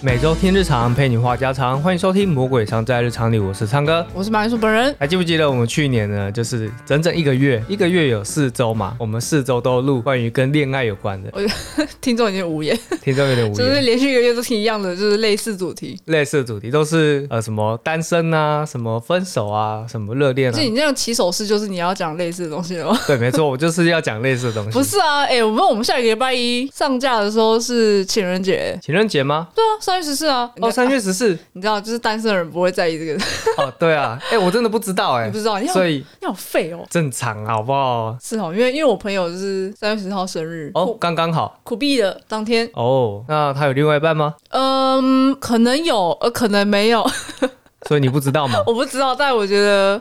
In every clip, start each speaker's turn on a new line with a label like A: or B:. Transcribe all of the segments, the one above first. A: 每周听日常，陪你话家常，欢迎收听《魔鬼藏在日常里》，我是昌哥。
B: 我是马铃薯本人。
A: 还记不记得我们去年呢，就是整整一个月，一个月有四周嘛，我们四周都录关于跟恋爱有关的，
B: 听众已经无言，
A: 听众有点无
B: 就是
A: 言。
B: 连续一个月都听一样的，就是类似主题。
A: 类似的主题都是呃什么单身啊，什么分手啊，什么热恋啊
B: 就，你那样起手式，就是你要讲类似的东西了吗？
A: 对，没错，我就是要讲类似的东西。
B: 不是啊，哎、我们我们下个礼拜一上架的时候是情人节，
A: 情人节吗？
B: 对啊，三月十四啊。
A: 哦，三
B: 月、
A: 月十四。
B: 你知道，就是单身的人不会在意 这个，
A: 哦，对啊，哎、我真的不知道哎、
B: 你不知道，你好
A: 所以
B: 你好废哦。
A: 正常好不好？
B: 是哦，因为因为我朋友就是三月十号生日，
A: 哦，
B: 苦
A: 刚刚好
B: 苦逼的当天，
A: 哦。那他有另外一半吗？
B: 嗯，可能有，呃，可能没有， ？
A: 所以你不知道嘛
B: 我不知道，但我觉得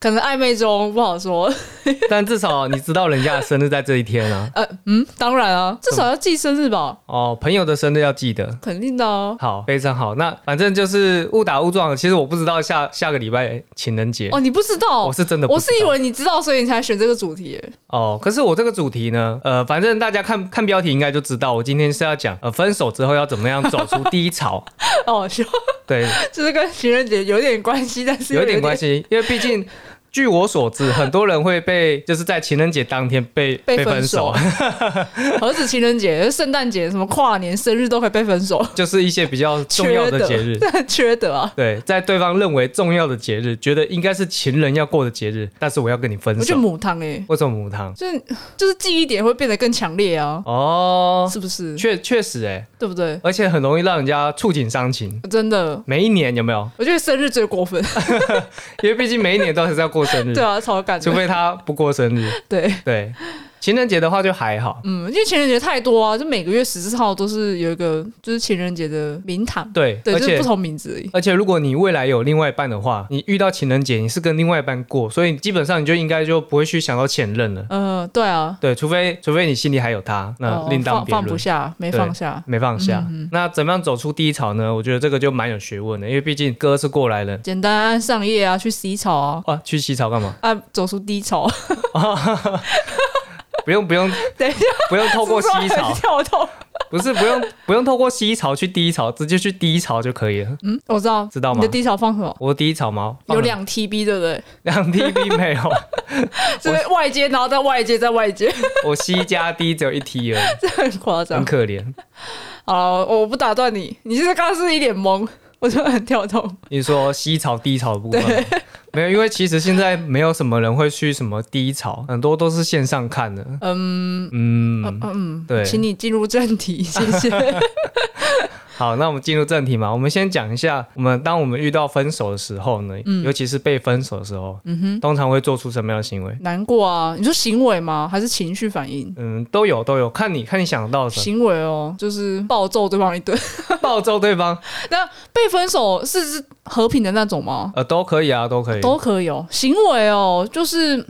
B: 可能暧昧中不好说。
A: 但至少你知道人家的生日在这一天啊。
B: 呃，嗯，当然啊，至
A: 嗯
B: 少要记生日吧，
A: 哦，朋友的生日要记得。
B: 肯定的啊。
A: 好，非常好。那反正就是误打误撞。其实我不知道下下个礼拜情人节，
B: 哦，你不知道，
A: 我是真的不
B: 我
A: 知道
B: 是以为你知道，所以你才选这个主题 耶。
A: 哦。可是我这个主题呢，呃，反正大家看看标题应该就知道，我今天是要讲呃分手之后要怎么样走出低 潮。
B: 哦，就
A: 对，
B: 就是跟情人节有点关系，但是又
A: 有一点
B: 点
A: 关
B: 系。
A: 系，因为毕竟。据我所知，很多人会被就是在情人节当天被，
B: 被分手 何止情人节，圣诞节、什么跨年、生日都可以被分手，
A: 就是一些比较 重要
B: 缺
A: 的节日。
B: 这很缺德 啊！
A: 对，在对方认为重要的节日，觉得应该是情人要过的节日，但是我要跟你分
B: 我
A: 手
B: 觉得，母汤哎、
A: 为什么母汤？
B: 就是就是记忆点会变得更强烈啊，
A: 哦，
B: 是不是？
A: 确确实哎、欸，
B: 对不对？
A: 而且很容易让人家触景伤情。
B: 真的，
A: 每一年有没有？
B: 我觉得生日最过分，
A: 嗯因为毕竟每一年都还是要过生日，
B: 对啊，超有感
A: 除
B: 觉。
A: 非他不过生日。
B: 对，
A: 对，情人节的话就还好。
B: 嗯，因为情人节太多啊，就每个月十四号都是有一个就是情人节的名堂，
A: 对，
B: 对，
A: 而
B: 就是
A: 且
B: 不同名字而已。
A: 而且，如果你未来有另外一半的话，你遇到情人节，你是跟另外一半过，所以基本上你就应该就不会去想到前任了。
B: 呃，对啊，
A: 对，除非除非你心里还有他，那
B: 哦
A: 另当
B: 放
A: 别
B: 放
A: 论。
B: 不下，没
A: 对
B: 放下。
A: 没放下。
B: 嗯
A: 那怎么样走出低潮呢？我觉得这个就蛮有学问的，因为毕竟哥是过来人。
B: 简单按上夜啊，去洗草啊，
A: 啊，去洗澡干 嘛？
B: 啊，走出低潮，
A: 不用不用，
B: 等一下，
A: 不用透过
B: 是不
A: 洗
B: 是很
A: 澡，
B: 跳动。
A: 不是不用不用透过洗澡去低潮，直接去低潮就可以了。
B: 嗯，我知道，
A: 知道吗
B: 你的低潮放什么？
A: 我低潮吗？放
B: 有
A: 了
B: 两 TB 对不对？
A: 两 TB 没有，
B: 这边外接，然后再外接，再外接，
A: 我 C 加 D 只有一 T 而已，
B: 这很夸
A: 很
B: 张。
A: 可怜。
B: 好了，我我不打断你，你是刚刚是一脸懵，我就很跳动。
A: 你说西潮低潮的部分吗，没有，因为其实现在没有什么人会去什么低潮，很多都是线上看的。嗯嗯，
B: 嗯，
A: 对
B: 请你进入正题，谢 谢。
A: 好，那我们进入正题嘛。我们先讲一下，我们当我们遇到分手的时候呢，尤其是被分手的时候，通常会做出什么样的行为？
B: 难过啊，你说行为吗？还是情绪反应？
A: 嗯，都有都有，看你看你想到什
B: 行为哦，就是暴揍对方一顿。
A: 么，暴揍对方，
B: 那被分手是是和平的那种吗？
A: 呃，都可以啊，都可以。
B: 都可以哦。行为哦，就是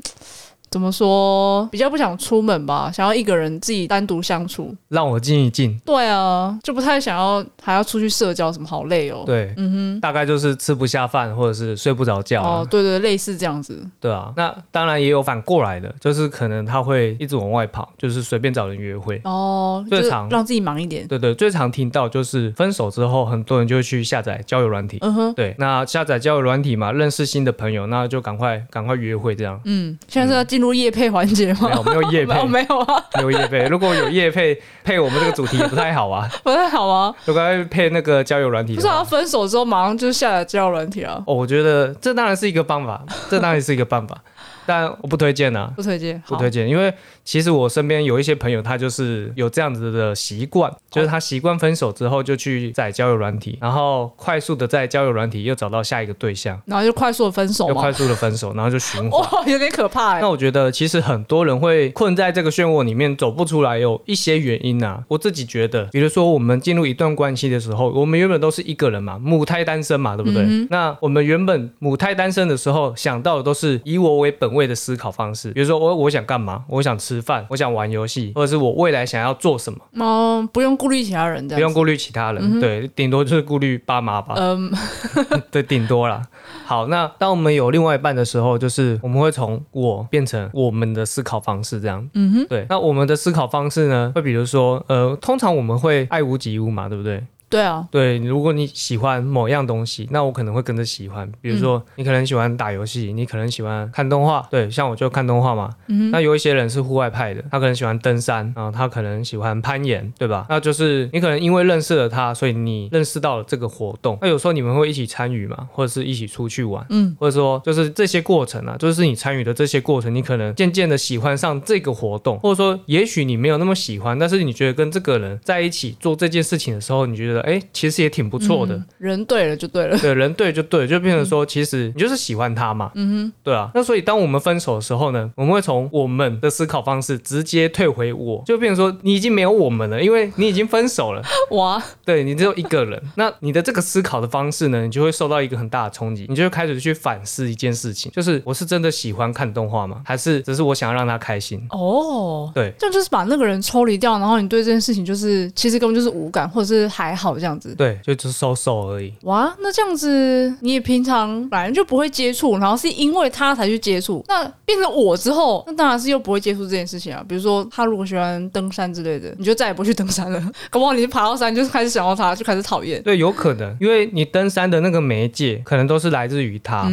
B: 怎么说，比较不想出门吧，想要一个人自己单独相处。
A: 让我静一静。
B: 对啊，就不太想要还要出去社交，什么好累哦。
A: 对，嗯哼，大概就是吃不下饭，或者是睡不着觉、啊，
B: 哦，对对，类似这样子。
A: 对啊。那当然也有反过来的，就是可能他会一直往外跑，就是随便找人约会。
B: 哦，
A: 最
B: 就是
A: 常
B: 让自己忙一点。
A: 对对，最常听到就是分手之后，很多人就会去下载交友软体。
B: 嗯哼，
A: 对，那下载交友软体嘛，认识新的朋友，那就赶快赶快约会这样。
B: 嗯，现在是要进入夜配环节
A: 没
B: 吗？
A: 有没有夜配
B: 没，有，没有啊，
A: 没有夜配。如果有夜配配我们这个主题也不太好啊。
B: 不太好啊。
A: 如果要配那个交友软体
B: 不
A: 的
B: 是啊，
A: 话，
B: 分手之后马上就下载交友软体啊，
A: 哦，我觉得这当然是一个办法，这当然是一个办法，但我不推荐啊。
B: 不推荐。
A: 不
B: 好，
A: 推荐，因为其实我身边有一些朋友，他就是有这样子的习惯，就是他习惯分手之后就去载交友软体，然后快速的在交友软体又找到下一个对象，
B: 然后就快速的分手
A: 又快
B: 嘛。
A: 速的分手，然后就循环。
B: 哇，有点可怕哎、
A: 那我觉得，其实很多人会困在这个漩涡里面走不出来，有一些原因啊。我自己觉得，比如说我们进入一段关系的时候，我们原本都是一个人嘛，母胎单身嘛，对不对？那我们原本母胎单身的时候，想到的都是以我为本位的思考方式，比如说我我想干嘛，我想吃饭，我想玩游戏，或者是我未来想要做什么，
B: 哦，不用顾虑其他人这
A: 不
B: 样
A: 用
B: 子。
A: 顾虑其他人，对，顶多就是顾虑爸妈吧。
B: 嗯，
A: 对，顶多啦。好，那当我们有另外一半的时候，就是我们会从我变成我们的思考方式这样。嗯哼，对。那我们的思考方式呢，会比如说，呃，通常我们会爱屋及乌嘛，对不对？
B: 对啊，
A: 对，如果你喜欢某样东西，那我可能会跟着喜欢。比如
B: 嗯
A: 说，你可能喜欢打游戏，你可能喜欢看动画，对，像我就看动画嘛。那有一些人是户外派的，他可能喜欢登山啊，他可能喜欢攀岩，对吧？那就是你可能因为认识了他，所以你认识到了这个活动。那有时候你们会一起参与嘛，或者是一起出去玩，嗯，或者说就是这些过程啊，就是你参与的这些过程，你可能渐渐的喜欢上这个活动，或者说也许你没有那么喜欢，但是你觉得跟这个人在一起做这件事情的时候，你觉得哎、诶其实也挺不错的。
B: 嗯人对了就对了。
A: 对，人对就对，就变成说，其实你就是喜欢他嘛。嗯哼，对啊。那所以当我们分手的时候呢，我们会从我们的思考方式直接退回我，就变成说你已经没有我们了，因为你已经分手了，
B: 哇，
A: 对你只有一个人。那你的这个思考的方式呢，你就会受到一个很大的冲击，你就会开始去反思一件事情，就是我是真的喜欢看动画吗？还是只是我想要让他开心？
B: 哦，
A: 对
B: 这样就是把那个人抽离掉，然后你对这件事情就是其实根本就是无感，或者是还好这样子。
A: 对，就只是收手而已。
B: 哇，那这样子你也平常本来就不会接触，然后是因为他才去接触，那变成我之后，那当然是又不会接触这件事情啊。比如说他如果喜欢登山之类的，你就再也不去登山了。 搞不好你爬到山就是开始想到他，就开始讨厌。
A: 对，有可能，因为你登山的那个媒介，可能都是来自于他，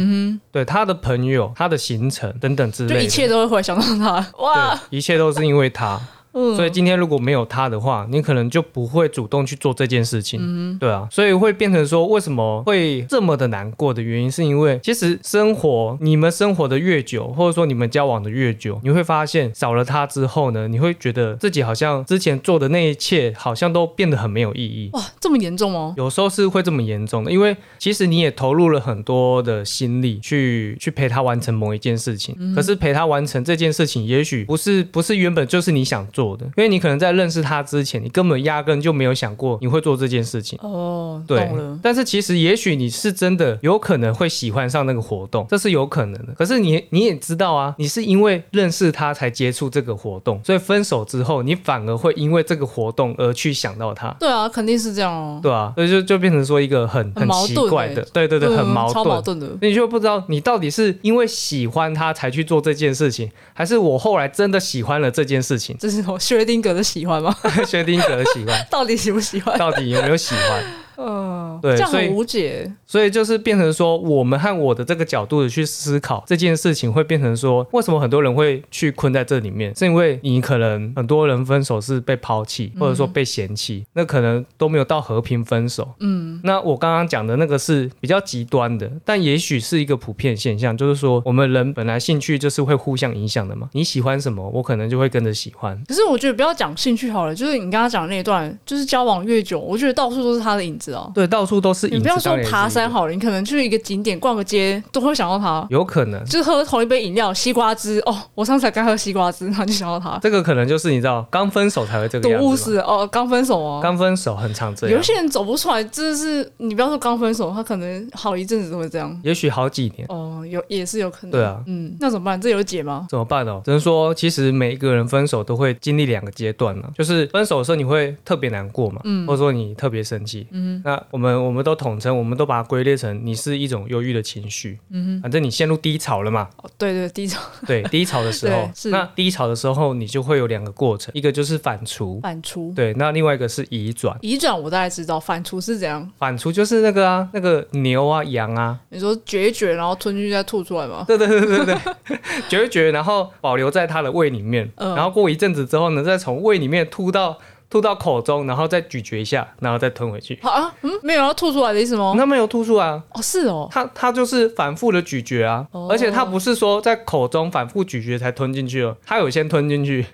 A: 对他的朋友、他的行程等等之类
B: 嗯就
A: 的，
B: 一切都会回来想到他，哇，
A: 对，一切都是因为他。
B: 嗯
A: 所以今天如果没有他的话，你可能就不会主动去做这件事情，
B: 嗯
A: 对啊，所以会变成说为什么会这么的难过的原因，是因为其实生活你们生活的越久，或者说你们交往的越久，你会发现少了他之后呢，你会觉得自己好像之前做的那一切好像都变得很没有意义，
B: 哇，这么严重 哦，
A: 有时候是会这么严重的，因为其实你也投入了很多的心力去去陪他完成某一件事情，
B: 嗯
A: 可是陪他完成这件事情，也许不是不是原本就是你想做的，因为你可能在认识他之前，你根本压根就没有想过你会做这件事情。
B: 哦，
A: 对
B: 懂了，，
A: 但是其实也许你是真的有可能会喜欢上那个活动，这是有可能的。可是你你也知道啊，你是因为认识他才接触这个活动，所以分手之后，你反而会因为这个活动而去想到他。
B: 对啊，肯定是这样哦，
A: 对啊，所以就就变成说一个很
B: 很矛
A: 奇
B: 盾
A: 怪
B: 欸
A: 的，对对对，很
B: 嗯
A: 矛
B: 超
A: 盾。
B: 矛盾的，？
A: 你就不知道你到底是因为喜欢他才去做这件事情，还是我后来真的喜欢了这件事情
B: 这是我 薛定谔的喜欢吗？
A: 薛定谔的喜欢
B: 到底喜不喜欢？
A: 到底有没有喜欢？
B: 嗯，
A: 对
B: 这样
A: 所以
B: 很无解。
A: 所以就是变成说，我们和我的这个角度的去思考这件事情，会变成说，为什么很多人会去困在这里面？是因为你可能很多人分手是被抛弃，或者说被嫌
B: 嗯
A: 弃，那可能都没有到和平分手。嗯，那我刚刚讲的那个是比较极端的，但也许是一个普遍现象，就是说我们人本来兴趣就是会互相影响的嘛。你喜欢什么，我可能就会跟着喜欢。
B: 可是我觉得不要讲兴趣好了，就是你刚刚讲的那一段，就是交往越久，我觉得到处都是他的影子啊。
A: 对，到处都是影
B: 你
A: 子。
B: 不要说
A: 当然也是
B: 爬
A: 一
B: 山
A: 个，
B: 好了，你可能去一个景点逛个街都会想到他，
A: 有可能。
B: 就是喝同一杯饮料，西瓜汁哦，我上次才刚喝西瓜汁，然后就想到 他。
A: 这个可能就是你知道，刚分手才会这个
B: 睹
A: 样子
B: 物
A: 嘛。
B: 思哦，刚分手哦。
A: 刚分手很常这样
B: 有一。些人走不出来，真的是你不要说刚分手，他可能好一阵子都会这样。
A: 也许好几年，
B: 哦，有也是有可能。
A: 对啊
B: 嗯，那怎么办？这有解吗？
A: 怎么办哦？只能说，其实每一个人分手都会经历两个阶段嘛，就是分手的时候你会特别难过嘛，
B: 嗯
A: 或者说你特别生气，嗯，那我们我们都统称，我们都把它归类成你是一种忧郁的情绪，嗯，反正你陷入低潮了 嘛，
B: 哦，对对，第一种
A: 对，低潮的时候
B: 对，是
A: 那低潮的时候你就会有两个过程，一个就是反刍，
B: 反刍。
A: 对，那另外一个是移转，
B: 移转我大概知道，反刍是怎样？
A: 反刍就是那个啊，那个牛啊羊啊，
B: 你说嚼一嚼，然后吞进去再吐出来吗？
A: 对对对对对，决绝，然后保留在它的胃里面，
B: 嗯
A: 然后过一阵子之后呢，再从胃里面吐到吐到口中，然后再咀嚼一下，然后再吞回去。
B: 好啊，嗯，没有要吐出来的意思吗？
A: 它没有吐出啊，
B: 哦，是哦，
A: 它它就是反复的咀嚼啊，
B: 哦
A: 而且它不是说在口中反复咀嚼才吞进去哦，它有先吞进 去，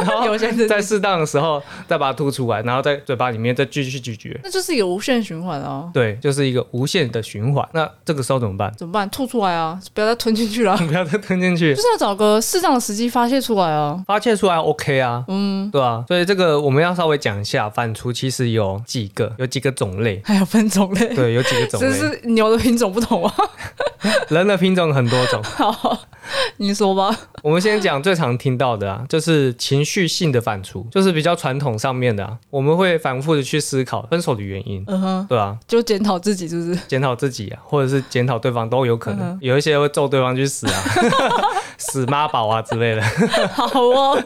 A: 然后
B: 有些是，
A: 在适当的时候再把它吐出来，然后在嘴巴里面再继续咀嚼。
B: 那就是一个无限循环啊。
A: 对，就是一个无限的循环。那这个时候怎么办？
B: 怎么办？吐出来啊，不要再吞进去 了啊，
A: 不要再吞进去
B: 就，是要找个适当的时机发泄出来啊。
A: 发泄出来 OK 啊，
B: 嗯，，
A: 对啊，所以这个我们要稍微讲一下，反刍其实有几个，有几个种类
B: 还有分种类，
A: 对，有几个种
B: 这
A: 类，
B: 是牛的品种不同啊。
A: 人的品种很多种。
B: 好， 你说吧。
A: 我们先讲最常听到的啊，就是情绪性的反刍，就是比较传统上面的啊，我们会反复的去思考分手的原因。
B: 嗯哼，
A: 对啊，
B: 就检讨自己是不是？
A: 检讨自己啊，或者是检讨对方都有可能。
B: 嗯
A: 有一些会咒对方去死啊， 死妈宝啊之类的。
B: 好 哦，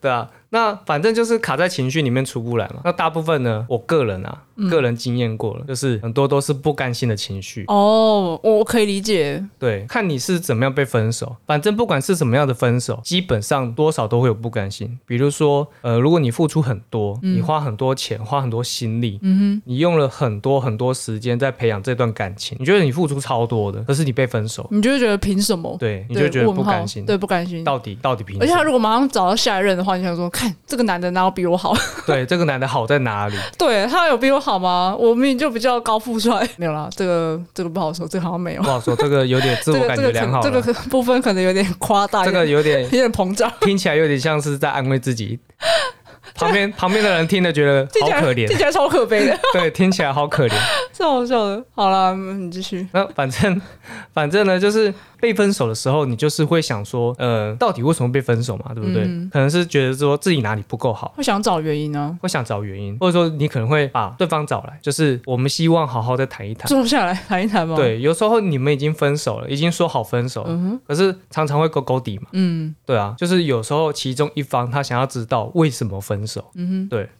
A: 对啊，那反正就是卡在情绪里面出不来嘛。那大部分呢，我个人啊，
B: 嗯
A: 个人经验过了，就是很多都是不甘心的情绪。
B: 哦，我可以理解，
A: 对，看你是怎么样被分手，反正不管是怎么样的分手，基本上多少都会有不甘心。比如说，呃，如果你付出很多，
B: 嗯
A: 你花很多钱，花很多心力，嗯哼，你用了很多很多时间在培养这段感情，你觉得你付出超多的，可是你被分手，
B: 你就会觉得凭什么？
A: 对，你就
B: 对，
A: 会觉得不
B: 问号
A: 甘心，
B: 哦对，不甘心。
A: 到底到底凭
B: 而且
A: 什
B: 他
A: 么？
B: 如果马上找到下一任的话，你想说，看这个男的哪有比我 好？
A: 对，这个男的好在哪 里？
B: 对他有比我好吗？我明明就比较高富帅， 没有啦，这个这个不好说，这个好像 没有
A: 不。好说，这个有点自
B: 这
A: 我
B: 个
A: 感
B: 这
A: 觉
B: 个
A: 良
B: 可
A: 好
B: 这
A: 了，
B: 个部分可能有点夸大，
A: 这个
B: 有
A: 有点
B: 点有点膨胀，
A: 听起来有点像是在安慰自 己。旁边旁边的人听了觉得
B: 听
A: 好
B: 起来
A: 可怜
B: 听，起来超可悲 的，
A: 对，听起来好可怜。
B: 超好笑的。好啦，嗯你继续。
A: 那反正反正呢，就是被分手的时候，你就是会想说，呃，到底为什么被分手嘛，对不对？
B: 嗯
A: 可能是觉得说自己哪里不够好。
B: 会想找原因呢、
A: 会想找原因，或者说你可能会把对方找来，就是我们希望好好再谈一谈。
B: 坐下来谈一谈吗？，
A: 对，有时候你们已经分手了，已经说好分手了，可是常常会勾勾底嘛。
B: 嗯，
A: 对啊，就是有时候其中一方他想要知道为什么分手。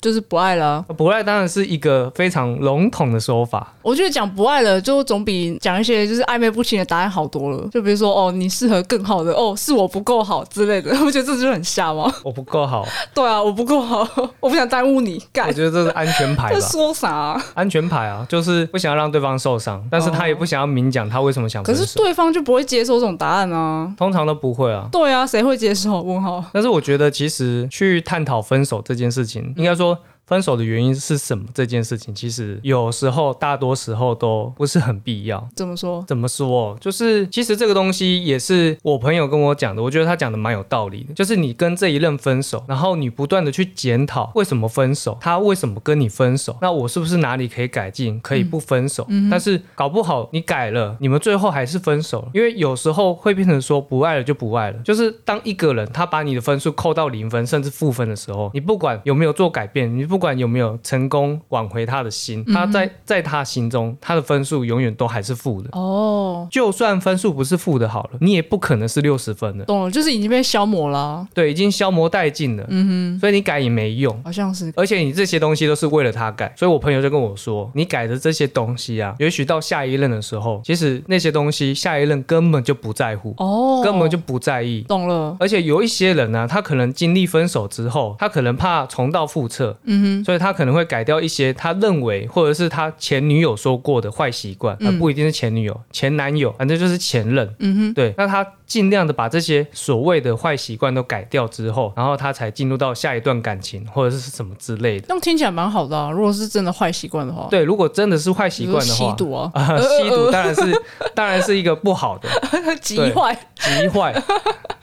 B: 就是不爱了。
A: 不赖当然是一个非常笼统的说法，
B: 我觉得讲不爱了，就总比讲一些就是暧昧不清的答案好多了。就比如说，哦，你适合更好的，哦，是我不够好之类的。 我觉得这就很瞎嘛。
A: 我不够好，
B: 对啊，我不够好，我不想耽误你，
A: 我
B: 干。
A: 觉得这是安全牌
B: 在
A: 吧。
B: 说啥啊、
A: 安全牌啊，就是不想要让对方受伤，但是他也不想要明讲他为什么想
B: 可
A: 分手。
B: 是对方就不会接受这种答案啊。
A: 通常都不会啊。
B: 对啊，谁会接受？问号。
A: 但是我觉得，其实去探讨分手这件事情，应该说分手的原因是什么这件事情，其实有时候大多时候都不是很必要。
B: 怎么说？
A: 怎么说？就是其实这个东西也是我朋友跟我讲的，我觉得他讲的蛮有道理的。就是你跟这一任分手，然后你不断的去检讨为什么分手，他为什么跟你分手，那我是不是哪里可以改进，可以不分手？但是搞不好你改了，你们最后还是分手了，因为有时候会变成说不爱了就不爱了，就是当一个人他把你的分数扣到零分甚至负分的时候，你不管有没有做改变，你不管有没有成功挽回他的心，他在在他心中他的分数永远都还是负的。
B: 哦，
A: 就算分数不是负的，好了，你也不可能是六十分的，
B: 懂了，就是已经被消磨了啊、
A: 对，已经消磨殆尽了，嗯哼，所以你改也没用。
B: 好像是。
A: 而且你这些东西都是为了他改，所以我朋友就跟我说，你改的这些东西啊，也许到下一任的时候，其实那些东西下一任根本就不在乎，
B: 哦，
A: 根本就不在意。
B: 懂了。
A: 而且有一些人呢、啊他可能经历分手之后，他可能怕重蹈覆辙，嗯哼，所以他可能会改掉一些他认为或者是他前女友说过的坏习惯，而不一定是前女友、前男友，反正就是前任，嗯哼，对，那他尽量的把这些所谓的坏习惯都改掉之后，然后他才进入到下一段感情或者是什么之类的。
B: 那听起来蛮好的、啊，如果是真的坏习惯的话，
A: 对，如果真的是坏习
B: 比如
A: 惯
B: 说
A: 的话
B: 吸，毒啊，
A: 啊、 吸毒当然是当然是一个不好的，
B: 极
A: 对
B: 坏。
A: 极 坏。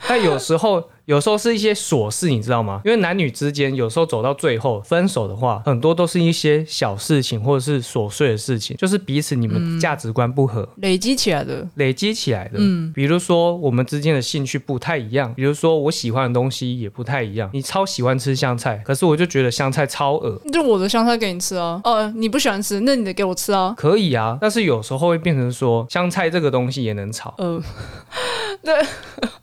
A: 但有时候，有时候是一些琐事，你知道吗？因为男女之间有时候走到最后分手的话，很多都是一些小事情或者是琐碎的事情，就是彼此你
B: 嗯
A: 们价值观不合。
B: 累积起来的。
A: 累积起来的，嗯，比如说我们之间的兴趣不太一样，比如说我喜欢的东西也不太一样。你超喜欢吃香菜，可是我就觉得香菜超恶，
B: 就我的香菜给你吃啊，哦，你不喜欢吃，那你的给我吃啊。
A: 可以啊，但是有时候会变成说香菜这个东西也能炒，
B: 呃，对，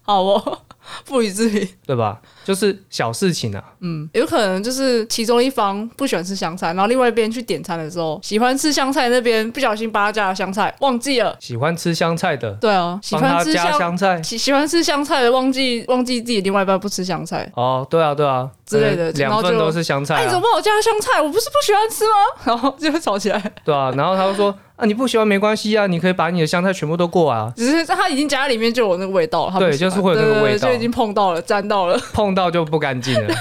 B: 好哦， 不予置评。
A: 对吧？就是小事情啊，
B: 嗯，有可能就是其中一方不喜欢吃香菜，然后另外一边去点餐的时候，喜欢吃香菜那边不小心把他加了香菜，忘记了。
A: 喜欢吃香菜的，
B: 对啊，喜
A: 帮
B: 欢
A: 他
B: 吃
A: 加
B: 香
A: 香菜，
B: 喜喜欢吃香菜的，忘记忘记自己另外一半不吃香菜。
A: 哦，对啊，对啊
B: 之类的
A: 呃
B: 然后
A: 两份
B: 就
A: 都是香
B: 哎、
A: 菜、
B: 你怎么
A: 啊，
B: 帮我加香菜？我不是不喜欢吃吗？然后就会吵起来。
A: 对啊。然后他就说啊，你不喜欢没关系啊，你可以把你的香菜全部都过啊，
B: 只是他已经加在里面就有那个味道了，他不
A: 对
B: 喜欢
A: 就是会有那个
B: 对对对
A: 味道
B: 就已经碰到了，沾到了。
A: 碰到就不干净 了，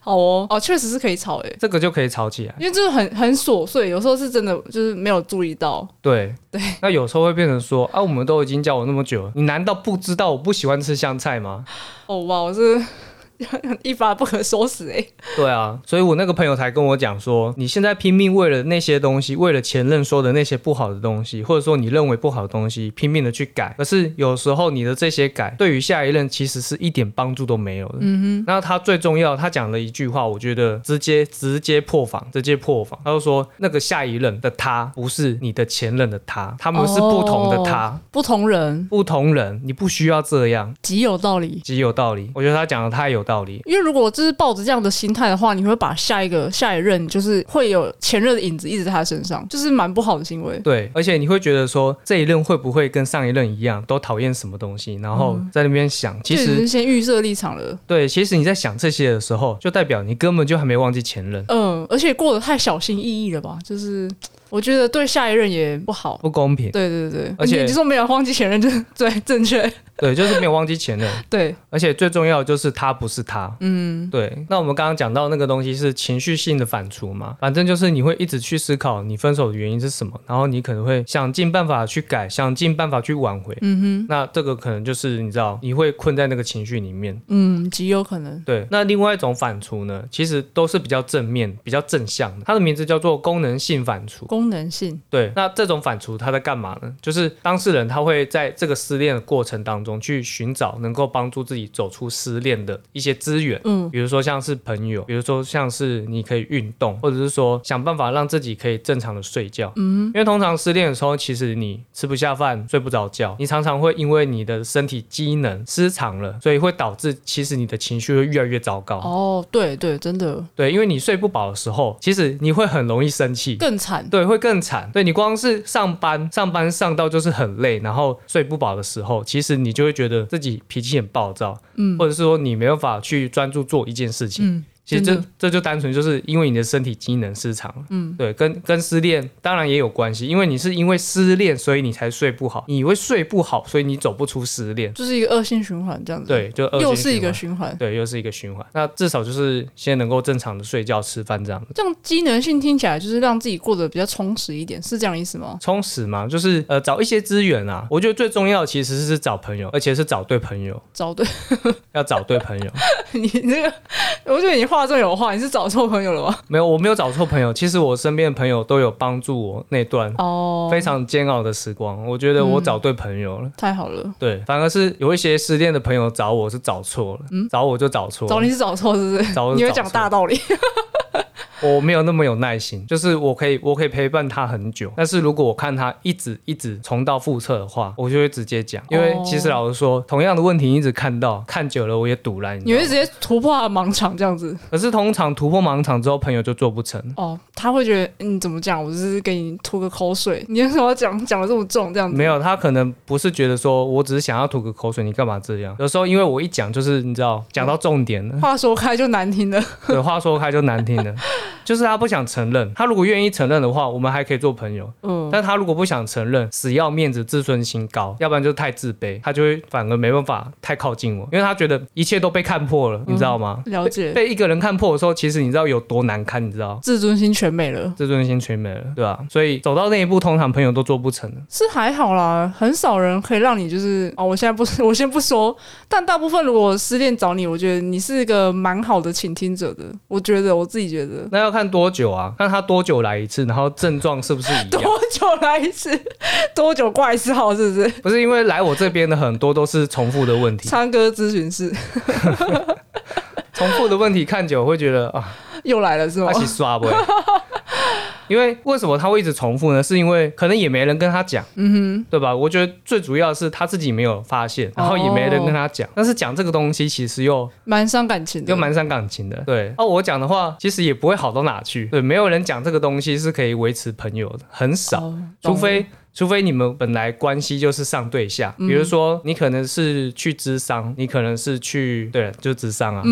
B: 好哦，哦，确实是可以吵诶、
A: 这个就可以吵起来。
B: 因为就是很很琐碎，有时候是真的就是没有注意到。
A: 对对，那有时候会变成说啊，我们都已经交往那么久了，你难道不知道我不喜欢吃香菜吗？
B: 哦哇，我是 一发不可收拾欸诶、
A: 对啊，所以我那个朋友才跟我讲说，你现在拼命为了那些东西，为了前任说的那些不好的东西，或者说你认为不好的东西，拼命的去改。可是有时候你的这些改，对于下一任其实是一点帮助都没有的。嗯哼。那他最重要，他讲了一句话，我觉得直接直接破防，直接破防。他就说，那个下一任的他不是你的前任的他，他们是不同的他，
B: 不同人
A: 不同人，你不需要这样。
B: 极有道理。
A: 极有道理，我觉得他讲的太有道理。
B: 因为如果就是抱着这样的心态的话，你会把下一个下一任就是会有前任的影子一直在他身上，就是蛮不好的行为。
A: 对，而且你会觉得说这一任会不会跟上一任一样，都讨厌什么东西，然后在那边想，其
B: 就已经
A: 实
B: 先预设立场了。
A: 对，其实你在想这些的时候，就代表你根本就还没忘记前任，
B: 嗯，而且过得太小心翼翼了吧？就是我觉得对下一任也不好。
A: 不公平。
B: 对对对，
A: 而且
B: 你就说没有忘记前任，就是最正 确。
A: 对，就是没有忘记前任，
B: 对，
A: 而且最重要的就是他不是他。
B: 嗯，
A: 对，那我们刚刚讲到那个东西是情绪性的反刍嘛，反正就是你会一直去思考你分手的原因是什么，然后你可能会想尽办法去改，想尽办法去挽回。嗯哼，那这个可能就是你知道，你会困在那个情绪里面。
B: 嗯，极有可能。
A: 对，那另外一种反刍呢，其实都是比较正面、比较正向的，它的名字叫做功能性反刍。
B: 功能性，
A: 对，那这种反刍它在干嘛呢？就是当事人他会在这个失恋的过程当中去寻找能够帮助自己走出失恋的一些资源，
B: 嗯，
A: 比如说像是朋友，比如说像是你可以运动，或者是说想办法让自己可以正常的睡觉，嗯，因为通常失恋的时候，其实你吃不下饭，睡不着觉，你常常会因为你的身体机能失常了，所以会导致其实你的情绪会越来越糟糕，
B: 哦，对对，真的
A: 对，因为你睡不饱的时候，其实你会很容易生气，
B: 更惨。
A: 对，会更惨。对你光是上班，上班上到就是很累，然后睡不饱的时候，其实你就会觉得自己脾气很暴躁，嗯，或者是说你没有办法去专注做一件事情。
B: 嗯，
A: 其实
B: 真
A: 这
B: 的
A: 这就单纯就是因为你的身体机能失常了，嗯，对，跟跟失恋当然也有关系，因为你是因为失恋，所以你才睡不好，你会睡不好，所以你走不出失恋，
B: 就是一个恶性循环这样子。，
A: 对，就恶性
B: 又是一
A: 循
B: 个
A: 环
B: 循环。
A: 对，又是一个循环。那至少就是先能够正常的睡觉、吃饭这样子。
B: 这样机能性听起来就是让自己过得比较充实一点，是这样意思吗？
A: 充实嘛，就是呃找一些资源啊。我觉得最重要的其实是找朋友，而且是找对朋友，
B: 找对，
A: 要找对朋友。
B: 你这个，我觉得你话中有话，你是找错朋友了吧？
A: 没有，我没有找错朋友，其实我身边的朋友都有帮助我那段
B: 哦，
A: 非常煎熬的时光。我觉得我
B: 嗯
A: 找对朋友了。
B: 太好了，
A: 对，反而是有一些失恋的朋友找我是找错了，找我就找错了，
B: 嗯找你是找错是不是？
A: 哦找我就
B: 你会
A: 找
B: 讲
A: 错嗯
B: 大道理，
A: 我没有那么有耐心，就是我可以，我可以陪伴他很久，但是如果我看他一直一直重蹈覆辙的话，我就会直接讲，因为
B: 哦
A: 其实老实说，同样的问题一直看到，看久了我也堵了，
B: 你
A: 你
B: 会
A: 知
B: 直
A: 道吗？
B: 接突破他的盲场这样子。
A: 可是通常突破盲场之后，朋友就做不成。
B: 哦，他会觉得嗯，怎么讲？我只是给你吐个口水，你为什么要讲讲的这么重这样子？
A: 没有，他可能不是觉得说我只是想要吐个口水，你干嘛这样？有时候因为我一讲就是你知道，讲到重点了，
B: 话说开就难听了，
A: 对，话说开就难听了，就是他不想承认。他如果愿意承认的话，我们还可以做朋友。
B: 嗯，
A: 但他如果不想承认，死要面子、自尊心高，要不然就太自卑，他就会反而没办法太靠近我，因为他觉得一切都被看破了，你知道吗？
B: 嗯了解，
A: 被一个人看破的时候，其实你知道有多难堪，你知道。
B: 自尊心全没了，
A: 自尊心全没了，对吧、所以走到那一步，通常朋友都做不成了。
B: 是还好啦，很少人可以让你就是哦，我现在不， 我先不说，但大部分如果失恋找你，我觉得你是一个蛮好的倾听者的，我觉得我自己觉得。
A: 那要看多久啊？看他多久来一次，然后症状是不是一
B: 多
A: 样？
B: 久来一次？ 多久挂一次号？是不是？
A: 不是因为来我这边的很多都是重复的问题，
B: 唱歌咨询室
A: 重复的问题看久会觉得啊，
B: 又来了是吗
A: 他？洗刷不会。因为为什么他会一直重复呢？是因为可能也没人跟他讲，嗯哼，对哦吧？我觉得最主要是他自己没有发现，然后也没人跟他讲。但是讲这个东西其实又
B: 蛮伤感情的，
A: 又蛮伤感情的，对。哦，我讲的话其实也不会好到哪去，对，没有人讲这个东西是可以维持朋友的，很少。
B: 哦
A: 除
B: 懂
A: 非除非你们本来关系就是上对下，比如说你可能是去智商，你可能是去对，就智商啊，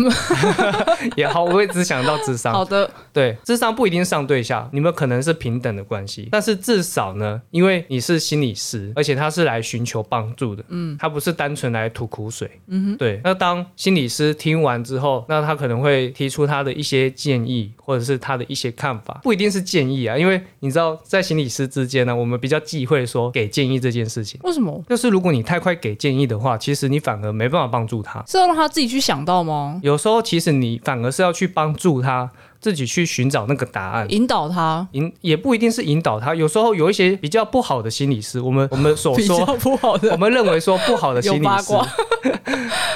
A: 也好，我也只想到智商
B: 好，的，
A: 对，智商不一定上对下，你们可能是平等的关系，但是至少呢，因为你是心理师，而且他是来寻求帮助的，嗯，他不是单纯来吐苦水，嗯哼，对。那当心理师听完之后，那他可能会提出他的一些建议，或者是他的一些看法，不一定是建议啊，因为你知道，在心理师之间呢，我们比较忌讳说给建议这件事情。
B: 为什么？
A: 就是如果你太快给建议的话，其实你反而没办法帮助他。
B: 是要让他自己去想到吗？
A: 有时候其实你反而是要去帮助他自己去寻找那个答案。
B: 引导他。
A: 引也不一定是引导他，有时候有一些比较不好的心理师，我们我们所
B: 比较
A: 说，
B: 不好
A: 我
B: 的，
A: 们认为说不好的心
B: 有
A: 理
B: 八
A: 师
B: 卦，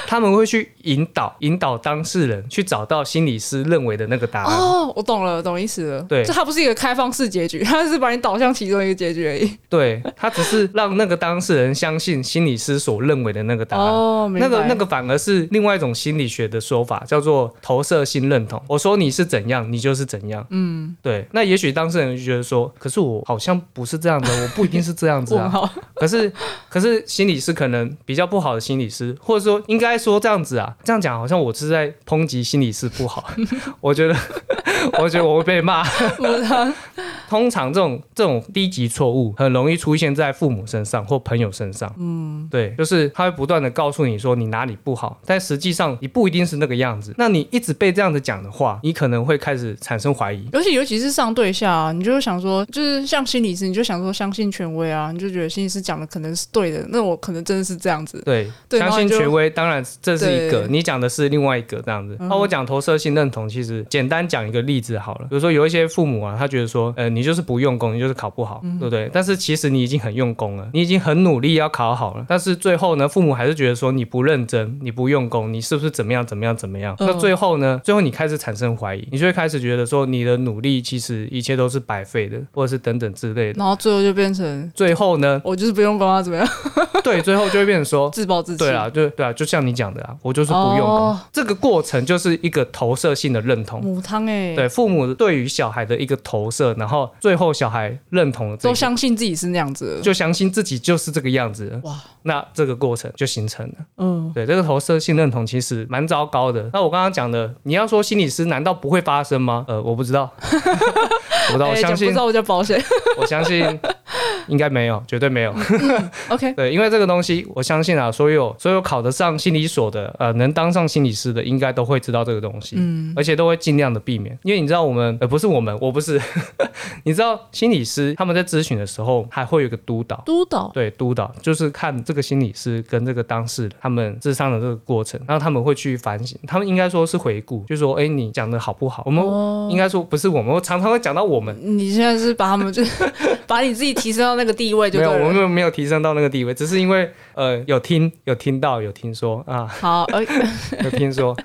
A: 他们会去引导引导当事人去找到心理师认为的那个答案。
B: 哦，我懂了，懂意思了。
A: 啊对
B: 就它不是一个开放式结局，它是把你导向其中一个结局而已。
A: 对他只是让那个当事人相信心理师所认为的那个答案。
B: 哦，明白。
A: 那个那个反而是另外一种心理学的说法，叫做投射性认同。我说你是怎样，你就是怎样。嗯，对。那也许当事人就觉得说，可是我好像不是这样的，我不一定是这样 子
B: 问
A: 啊。
B: 号，
A: 可是可是心理师可能比较不好的心理师，或者说应该说这样子啊，这样讲好像我是在抨击心理师不好。 我觉得我觉得我会被骂。
B: 我的
A: 通常这种这种低级错误很容易出现在父母身上或朋友身上。嗯，对，就是他会不断的告诉你说你哪里不好，但实际上你不一定是那个样子。那你一直被这样子讲的话，你可能会开始产生怀疑。
B: 尤其尤其是上对下、啊，你就想说，就是像心理师，你就想说相信权威啊，你就觉得心理师讲的可能是对的，那我可能真的是这样子。
A: 对，
B: 对
A: 相
B: 然后
A: 信
B: 你就
A: 权威，当然这是一个
B: 对，嗯
A: 你讲的是另外一个这样子。那、我讲投射性认同，其实简单讲一个例子好了，比如说有一些父母啊，他觉得说，呃，你就是不用功，你就是考不
B: 嗯
A: 好，对不对？但是其实你已经很用功了，你已经很努力要考好了，但是最后呢，父母还是觉得说你不认真，你不用功，你是不是怎么样怎么样怎么样？
B: 嗯
A: 那最后呢，最后你开始产生怀疑，你就会开始觉得说你的努力其实一切都是白费的，或者是等等之类的。
B: 然后最后就变成，
A: 最后呢
B: 我就是不用管 他怎么样，
A: 对，最后就会变成说，
B: 自暴自弃。
A: 对啦，就对啊，就像你讲的啊，我就是不用功，
B: 哦
A: 这个过程就是一个投射性的认同。
B: 母汤哎、
A: 对父母对于小孩的一个投射，然后最后小孩认同了这
B: 都
A: 个，
B: 相信自己是那样子的。
A: 就相信自己就是这个样子了。
B: 哇，
A: 那这个过程就形成了。
B: 嗯，
A: 对，这个投射性认同其实蛮糟糕的。那我刚刚讲的，你要说心理师难道不会发生吗？呃，我不知 道，我不知道，
B: 哎
A: 我相
B: 讲不
A: 信
B: 知，道我叫保险。
A: 我相信应该没有，绝对没有。
B: OK，
A: 对，因为这个东西，我相信啊，所有所有考得上心理所的，呃，能当上心理师的，应该都会知道这个东西，嗯，而且都会尽量的避免，因为你知道我们，呃，不是我们，我不是， 你知道心理师他们在咨询的时候，还会有一个督导。
B: 督导
A: 对，督导就是看这个心理师跟这个当事人他们智商的这个过程，然后他们会去反省，他们应该说是回顾，就说，哎，你讲的好不好？我们应该说不是我们，我常常会讲到我们，
B: 你现在是把他们就是 把你自己提升到那个地位就
A: 没
B: 对
A: 有，我
B: 了。
A: 们没有提升到那个地位，只是因为呃有听有听到有听说啊，
B: 好，呃，
A: 有听说，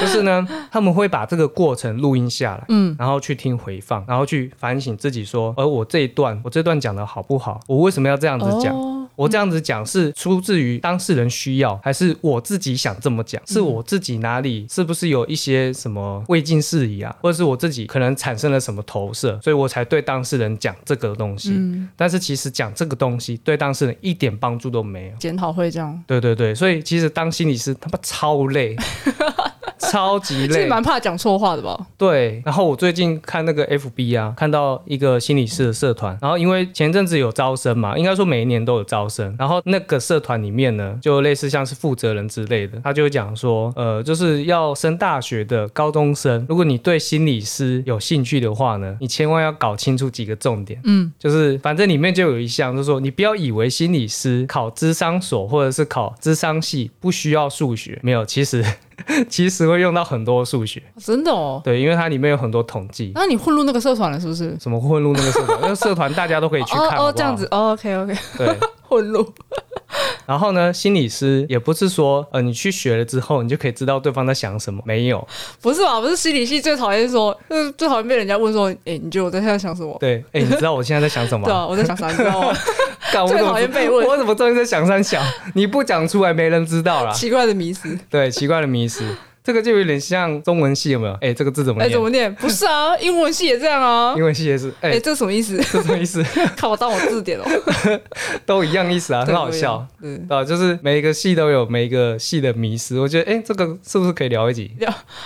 A: 就是呢，他们会把这个过程录音下来，嗯，然后去听回放，然后去反省自己说，而我这一段，我这段讲的好不好？我为什么要这样子讲？
B: 哦，
A: 我这样子讲是出自于当事人需要，还是我自己想这么讲？是我自己哪里是不是有一些什么未尽事宜啊，或者是我自己可能产生了什么投射，所以我才对当事人讲这个东西。但是其实讲这个东西对当事人一点帮助都没有。
B: 检讨会这样，
A: 对对对，所以其实当心理师他妈超累，超级
B: 是
A: 累。
B: 蛮怕讲错话的吧？
A: 对，然后我最近看那个 FB 啊，看到一个心理师的社团，然后因为前阵子有招生嘛，应该说每一年都有招生，然后那个社团里面呢，就类似像是负责人之类的，他就讲说，呃，就是要升大学的高中生，如果你对心理师有兴趣的话呢，你千万要搞清楚几个重点。就是反正里面就有一项，就是说你不要以为心理师考智商所或者是考智商系不需要数学，没有，其实 其实会用到很多数学，
B: 真的哦。
A: 对，因为它里面有很多统计，
B: 那你混入那个社团了是不是？
A: 什么混入那个社团，那个社团大家都可以去看，好不
B: 哦
A: 好
B: 哦，这样子，哦，OK OK，
A: 对。
B: 混入
A: 然后呢，心理师也不是说，呃，你去学了之后，你就可以知道对方在想什么，没有，
B: 不是吧？不是心理系最讨厌说，就是最讨厌被人家问说，哎、你觉得我在现在想什么？
A: 对，哎，你知道我现在在想什么
B: 对
A: 吗？
B: 啊，我在想啥，你知道吗？
A: 干我
B: 最
A: 怎么
B: 讨厌被 问
A: 我怎么终于在想三想？你不讲出来，没人知道啦。
B: 奇怪的迷思。
A: 对，奇怪的迷失，这个就有点像中文系有没有？哎、这个字怎么
B: 哎、
A: 念？
B: 怎么念？不是啊，英文系也这样啊。
A: 英文系也是，哎、
B: 哎、这什么 意思？
A: 这什么意思？
B: 看我当我字典哦，
A: 都一样意思啊，很好笑。。
B: 对，
A: 啊，就是每一个系都有每一个系的迷失，我觉得，哎、这个是不是可以聊一集？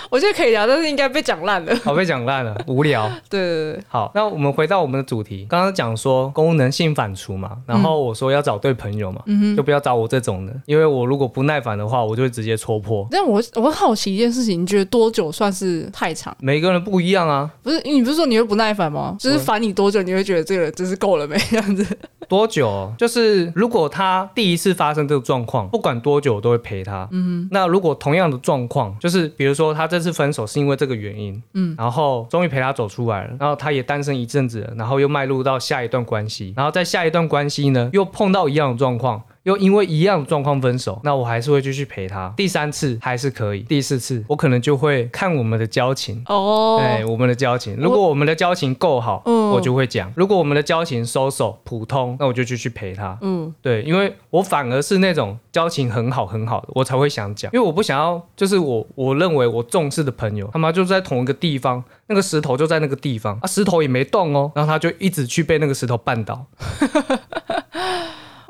B: 我觉得可以聊，啊但是应该被讲烂了。
A: 好被讲烂了，无聊。
B: 对对对，
A: 好，那我们回到我们的主题，刚刚讲说功能性反刍嘛，然后我说要找对朋友嘛，就不要找我这种的，因为我如果不耐烦的话，我就会直接戳破。
B: 但我我好奇一件事情，你觉得多久算是太长？
A: 每个人不一样啊，
B: 不是你不是说你会不耐烦吗？就是烦你多久，你会觉得这个人真是够了没这样子？
A: 多久？就是如果他第一次发生这个状况，不管多久，我都会陪他。嗯，那如果同样的状况，就是比如说他这次分手是因为这个原因，嗯，然后终于陪他走出来了，然后他也单身一阵子了，然后又迈入到下一段关系，然后在下一段关系呢，又碰到一样的状况。又因为一样的状况分手，那我还是会继续陪他。第三次还是可以，第四次我可能就会看我们的交情。
B: 哦，
A: 哎、我们的交情，如果我们的交情够好，
B: 嗯
A: 我就会讲；如果我们的交情收手普通，那我就继续陪他。
B: 嗯，
A: 对，因为我反而是那种交情很好很好的，我才会想讲，因为我不想要，就是我我认为我重视的朋友，他妈就在同一个地方，那个石头就在那个地方，啊，石头也没动哦，然后他就一直去被那个石头绊倒，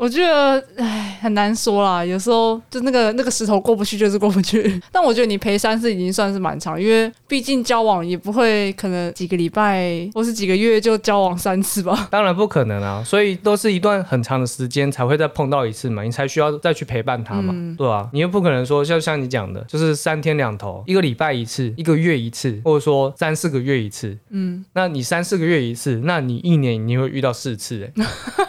B: 我觉得，唉，很难说啦。有时候就那个那个石头过不去，就是过不去。 但我觉得你陪三次已经算是蛮长，因为毕竟交往也不会可能几个礼拜或是几个月就交往三次吧。
A: 当然不可能啊，所以都是一段很长的时间才会再碰到一次嘛，你才需要再去陪伴他嘛，对啊，你又不可能说像像你讲的，就是三天两头，一个礼拜一次，一个月一次，或者说三四个月一次，嗯，那你三四个月一次，那你一年你会遇到四次、欸，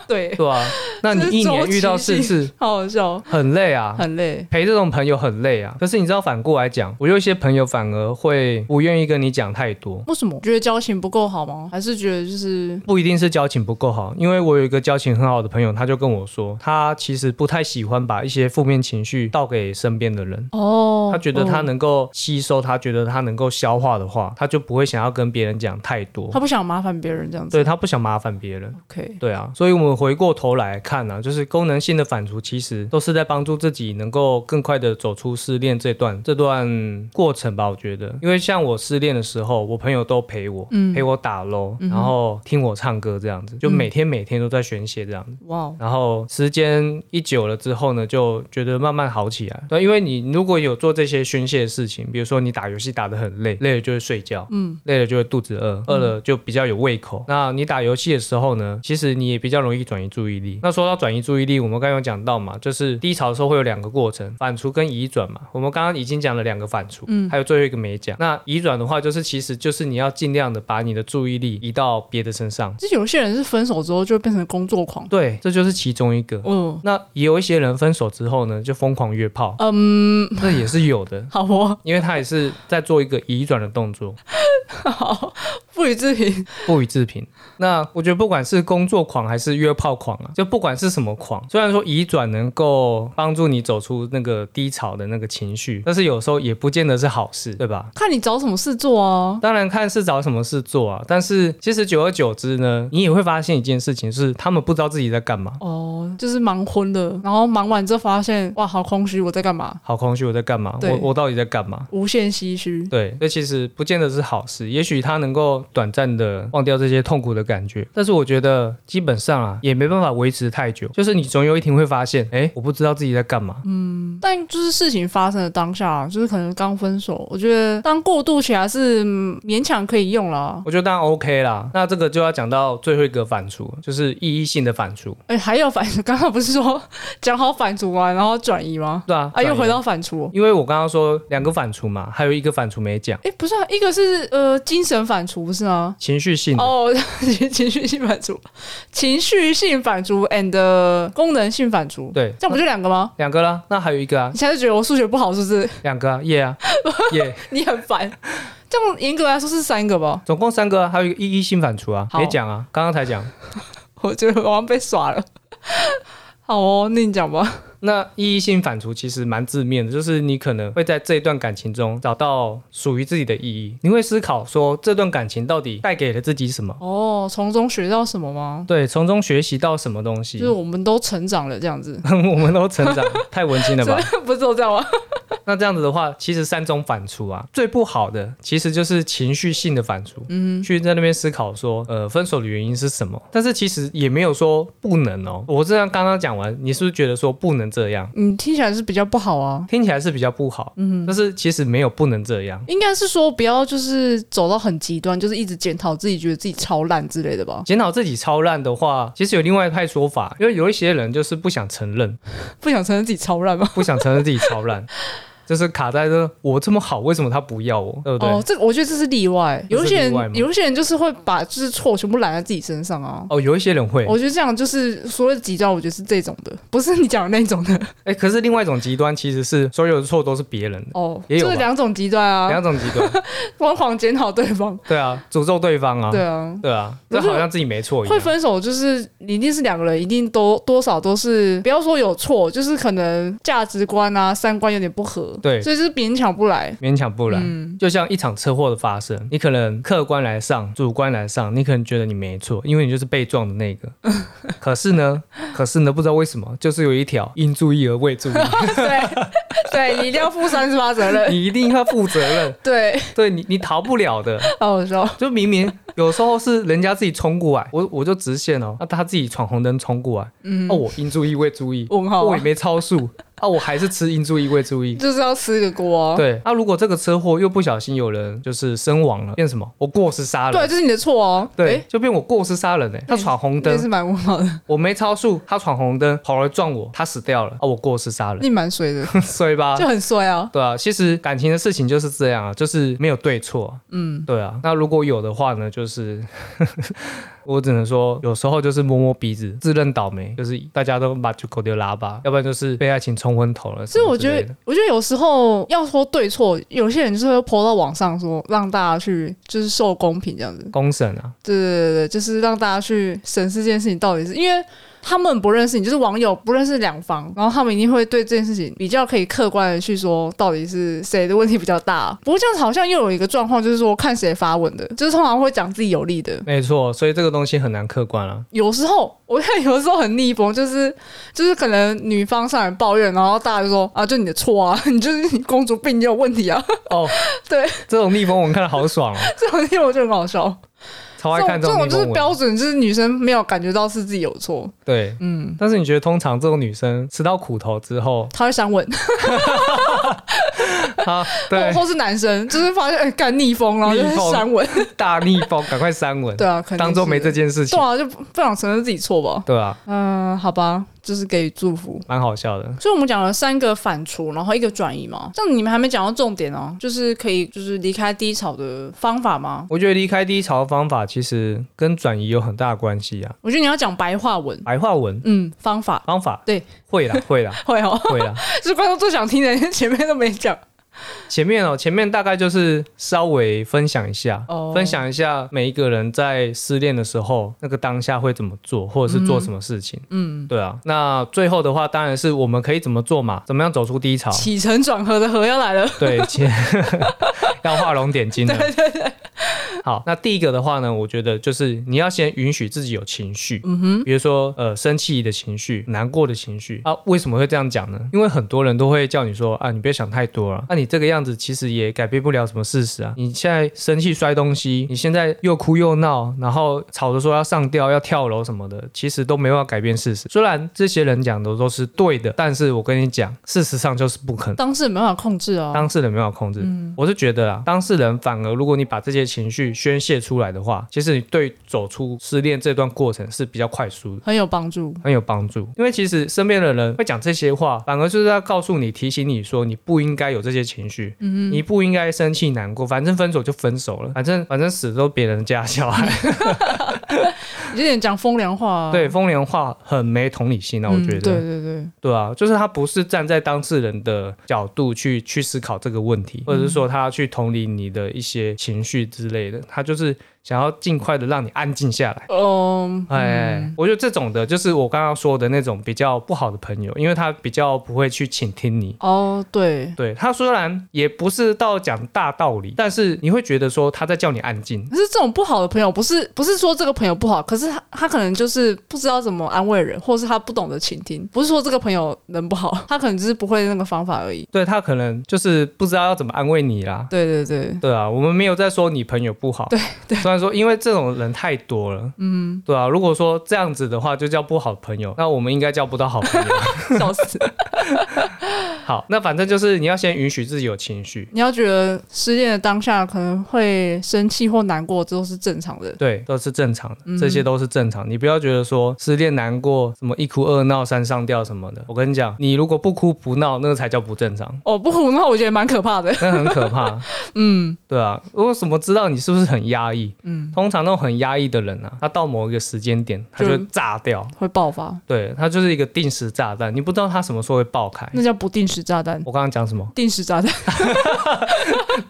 B: 对，
A: 对啊，那你一年遇到四次，
B: 好好笑，
A: 很累啊。
B: 很累。
A: 陪这种朋友很累啊，可是你知道反过来讲，我有一些朋友反而会不愿意跟你讲太多，
B: 为什么？觉得交情不够好吗？还是觉得就是
A: 不一定是交情不够好，因为我有一个交情很好的朋友，他就跟我说，他其实不太喜欢把一些负面情绪倒给身边的人，
B: 哦，
A: 他觉得他
B: 嗯
A: 能够吸收，他觉得他能够消化的话，他就不会想要跟别人讲太多
B: 哦他，不想麻烦别人这样子。
A: 对他不想麻烦别人。
B: OK，
A: 对啊，所以我们回过头来看呢、啊，就是功能性的反刍，其实都是在帮助自己能够更快的走出失恋这段这段过程吧。我觉得，因为像我失恋的时候，我朋友都陪我，陪我打 l 然后听我唱歌这样子，就每天每天都在宣泄这样子。
B: 哇哦，
A: 然后时间一久了之后呢，就觉得慢慢好起来。对，因为你如果有做这些宣泄的事情，比如说你打游戏打得很累，累了就会睡觉，嗯，累了就会肚子饿，饿了就比较有胃口。那你打游戏的时候呢，其实你也比较容易转移注意力。那说到转移注意力，我们刚刚有讲到嘛，就是低潮的时候会有两个过程，反刍跟移转嘛。我们刚刚已经讲了两个反刍，嗯，还有最后一个没讲。那移转的话，就是其实就是你要尽量的把你的注意力移到别的身上。
B: 就有些人是分手之后就会变成工作狂。
A: 对，这就是其中一个。
B: 嗯
A: 那也有一些人分手之后呢，就疯狂约炮，
B: 嗯，
A: 这也是有的，
B: 好哦，
A: 因为他也是在做一个移转的动作，
B: 好，不予置评。
A: 不予置评。那我觉得不管是工作狂还是约炮狂啊，就不管是什么狂，虽然说移转能够帮助你走出那个低潮的那个情绪，但是有时候也不见得是好事，对吧？
B: 看你找什么事做啊。
A: 当然看是找什么事做啊，但是其实久而久之呢，你也会发现一件事情是，他们不知道自己在干嘛。
B: 哦，就是忙昏了，然后忙完之后发现，哇，好空虚，我在干嘛？
A: 好空虚，我在干嘛？
B: 对
A: 我我到底在干嘛？
B: 无限唏嘘。
A: 对，这其实不见得是好事，也许他能够短暂的忘掉这些痛苦的感觉，但是我觉得基本上啊，也没办法维持太久，就是你总有一天会发现，哎，我不知道自己在干
B: 嗯
A: 嘛，
B: 但就是事情发生的当下，啊就是可能刚分手，我觉得当过渡起来是嗯勉强可以用啦。
A: 我觉得当然 OK 啦。那这个就要讲到最后一个反刍，就是意义性的反刍，
B: 哎、还有反，刚刚不是说讲好反刍完，然后转移吗？
A: 对啊，
B: 啊，又回
A: 到，
B: 到反刍。
A: 因为我刚刚说两个反刍嘛，还有一个反刍没讲，
B: 哎、不是啊，一个是呃精神反刍，不是吗？
A: 情绪性的。
B: 哦， 情绪性反刍，情绪性反刍 and 呃功能性反刍，
A: 对，
B: 这样不就两个吗？
A: 两个啦，那还有一个啊
B: 你，现在就觉得我数学不好是不是？
A: 两个啊， 耶啊，耶，
B: 你很烦。这样严格来说是三个吧？
A: 总共三个啊，还有一个意义性反刍啊，
B: 好
A: 别讲啊，刚刚才讲。
B: 我觉得我好像被耍了。 好哦，那你讲吧。
A: 那意义性反刍其实蛮字面的，就是你可能会在这一段感情中找到属于自己的意义，你会思考说这段感情到底带给了自己什么，
B: 哦，从中学到什么吗？
A: 对，从中学习到什么东
B: 就
A: 西，
B: 是。我们都成长了这样子
A: 我们都成长，太文青了 吧？
B: 不是都这样吗？
A: 那这样子的话，其实三种反刍啊，最不好的其实就是情绪性的反刍，嗯，去在那边思考说，呃，分手的原因是什么？但是其实也没有说不能哦。我这样刚刚讲完，你是不是觉得说不能这样？
B: 你听起来是比较不好啊。
A: 听起来是比较不好，嗯，但是其实没有不能这样。
B: 应该是说不要就是走到很极端，就是一直检讨自己，觉得自己超烂之类的吧。
A: 检讨自己超烂的话，其实有另外一派说法，因为有一些人就是不想承认，
B: 不想承认自己超烂吗？
A: 不想承认自己超烂。 就是卡在这我这么好，为什么他不要我？对不对？
B: 哦，这个我觉得这是例外，
A: 这
B: 有
A: 是
B: 一些
A: 例外吗
B: 人有一些人就是会把就是错全部揽在自己身上啊。
A: 哦，有一些人会，
B: 我觉得这样就是所谓的极端，我觉得是这种的，不是你讲的那种的
A: 哎、可是另外一种极端其实是所有的错都是别人的，
B: 哦，
A: 也有
B: 就是
A: 吧
B: 两种极端啊
A: 两，种极端，
B: 疯狂检讨对方，
A: 对啊，诅咒对方啊，
B: 对啊，
A: 对啊，
B: 可
A: 这
B: 是
A: 好像自己没错一
B: 会
A: 样。
B: 分手就是你一定是两个人，一定都多少都是，不要说有错，就是可能价值观啊、三观有点不合，
A: 对
B: 所以就是勉强不 来。
A: 勉强不来，
B: 嗯
A: 就像一场车祸的发生，你可能客观来上，主观来上，你可能觉得你没错，因为你就是被撞的那 个。可是呢，可是呢，不知道为什么，就是有一条应注意而未注意，
B: 对，对你一定要负三十八责任。
A: 你一定要负责任，
B: 对，
A: 对你你逃不了的。
B: 好好笑。
A: 就明明有时候是人家自己冲过来，我我就直线哦，那、他自己闯红灯冲过来，
B: 嗯
A: 哦，我应注意未注意，哦
B: 问号
A: 我
B: 啊
A: 也没超速，啊，我还是吃应注意未注意。
B: 就是要吃个锅、啊。
A: 对，那、如果这个车祸又不小心有人就是身亡了，变什么？我过失杀人。
B: 对，这是你的错哦、
A: 对，
B: 诶，
A: 就变我过失杀人呢、欸他闯红
B: 这
A: 灯，
B: 是蛮无脑的，
A: 我没超速，他闯红灯跑来撞我，他死掉了啊，我过失杀人，
B: 你蛮衰的，
A: 衰吧
B: 就？很衰啊。
A: 对啊，其实感情的事情就是这样啊，就是没有对错。
B: 嗯，
A: 对啊，那如果有的话呢，就是 我只能说，有时候就是摸摸鼻子，自认倒霉，就是大家都把就狗丢拉吧，要不然就是被爱情冲昏头了。
B: 所以我觉
A: 什么之类
B: 得
A: 的，
B: 我觉得有时候要说对错，有些人就是会泼到网上说，让大家去就是受公平这样子。
A: 公审啊，
B: 对对对对，就是让大家去审视这件事情到底是因为他们不认识你，就是网友不认识两方，然后他们一定会对这件事情比较可以客观的去说到底是谁的问题比较大。不过这样子好像又有一个状况，就是说看谁发文的，就是通常会讲自己有利的，
A: 没错，所以这个东西很难客观啊。
B: 有时候我看有时候很逆风，就是就是可能女方上来抱怨，然后大家就说啊，就你的错啊， 你就是你公主病，你有问题啊。
A: 哦，
B: 对，
A: 这种逆风文看的好爽哦，
B: 这种地方我就很好笑。
A: 超爱
B: 这
A: 看
B: 种这
A: 种
B: 种
A: 逆
B: 就是
A: 风文。
B: 标准，就是女生没有感觉到是自己有错，
A: 对，
B: 嗯，
A: 但是你觉得通常这种女生吃到苦头之 后，
B: 她会想吻，
A: 她对
B: 或或是男生就是发现哎干、逆风，然后就
A: 逆风
B: 是 闪吻。
A: 大逆风赶快删文，
B: 对啊，肯定
A: 当做没这
B: 是
A: 件事情
B: 对，啊，就不不想承认自己错吧。
A: 对啊，
B: 嗯、好吧，就是给予祝福。
A: 蛮好笑的。
B: 所以我们讲了三个反刍，然后一个转移嘛。这样你们还没讲到重点哦、就是可以就是离开低潮的方法吗？
A: 我觉得离开低潮的方法其实跟转移有很大的关系啊。
B: 我觉得你要讲白话文，
A: 白话文
B: 嗯，方法
A: 方法，
B: 对，
A: 会啦，会啦，
B: 会哦、
A: 会啦。
B: 是观众最想听的，因为前面都没讲。
A: 前面哦，前面大概就是稍微分享一下，
B: 哦
A: 分享一下每一个人在失恋的时候，那个当下会怎么做，或者是做什么事情。
B: 嗯，
A: 对啊，那最后的话当然是我们可以怎么做嘛，怎么样走出低潮。
B: 起承转合的合要来了，
A: 对，切要画龙点睛的。对对对。好，那第一个的话呢，我觉得就是你要先允许自己有情绪，嗯哼，比如说呃生气的情绪、难过的情绪啊。为什么会这样讲呢？因为很多人都会叫你说啊，你别想太多了，那、你这个样子其实也改变不了什么事实啊。你现在生气摔东西，你现在又哭又闹，然后吵着说要上吊、要跳楼什么的，其实都没办法改变事实。虽然这些人讲的都是对的，但是我跟你讲，事实上就是不可能。
B: 当事人没办法控制哦、嗯
A: 当事人没有控制。我是觉得啊，当事人反而如果你把这些情绪宣泄出来的话，其实你对走出失恋这段过程是比较快速的。
B: 很有帮助。
A: 很有帮助，因为其实身边的人会讲这些话，反而就是要告诉你、提醒你说，你不应该有这些情绪，
B: 嗯
A: 你不应该生气、难过，反正分手就分手了，反正反正死都别人家小孩，
B: 有点讲风凉话、啊，
A: 对，风凉话很没同理心啊，我
B: 嗯
A: 觉得，
B: 对对对，
A: 对啊，就是他不是站在当事人的角度去去思考这个问题，或者是说他去同理你的一些情绪之类的，他就是想要尽快的让你安静下来。
B: 嗯，
A: 哎，我觉得这种的，就是我刚刚说的那种比较不好的朋友，因为他比较不会去倾听你。
B: 哦，对。
A: 对他虽然也不是到讲大道理，但是你会觉得说他在叫你安静。
B: 可是这种不好的朋友，不是不是说这个朋友不好，可是他他可能就是不知道怎么安慰人，或是他不懂得倾听。不是说这个朋友人不好，他可能只是不会那个方法而已。
A: 对他可能就是不知道要怎么安慰你啦。
B: 对对对，
A: 对啊，我们没有在说你朋友不好。
B: 对对
A: 虽然说因为这种人太多了，嗯，对啊。如果说这样子的话，就叫不好朋友，那我们应该叫不到好朋友。
B: 笑死！
A: 啊 好，那反正就是你要先允许自己有情绪。
B: 你要觉得失恋的当下可能会生气或难过，这都是正常的。
A: 对，都是正常的，这些都是正常。你不要觉得说失恋难过，什么一哭二闹三上吊什么的。我跟你讲，你如果不哭不闹，那个才叫不正常，
B: 哦，不哭，那我觉得蛮可怕的。
A: 那很可怕。 嗯，对啊。我怎么知道你是不是很压抑？嗯，通常那种很压抑的人啊，他到某一个时间点，他就
B: 就
A: 会炸掉。
B: 会爆发，
A: 对，他就是一个定时炸弹，你不知道他什么时候会爆开。
B: 那叫不定时炸弹。
A: 我刚刚讲什么？
B: 哎 定时炸弹，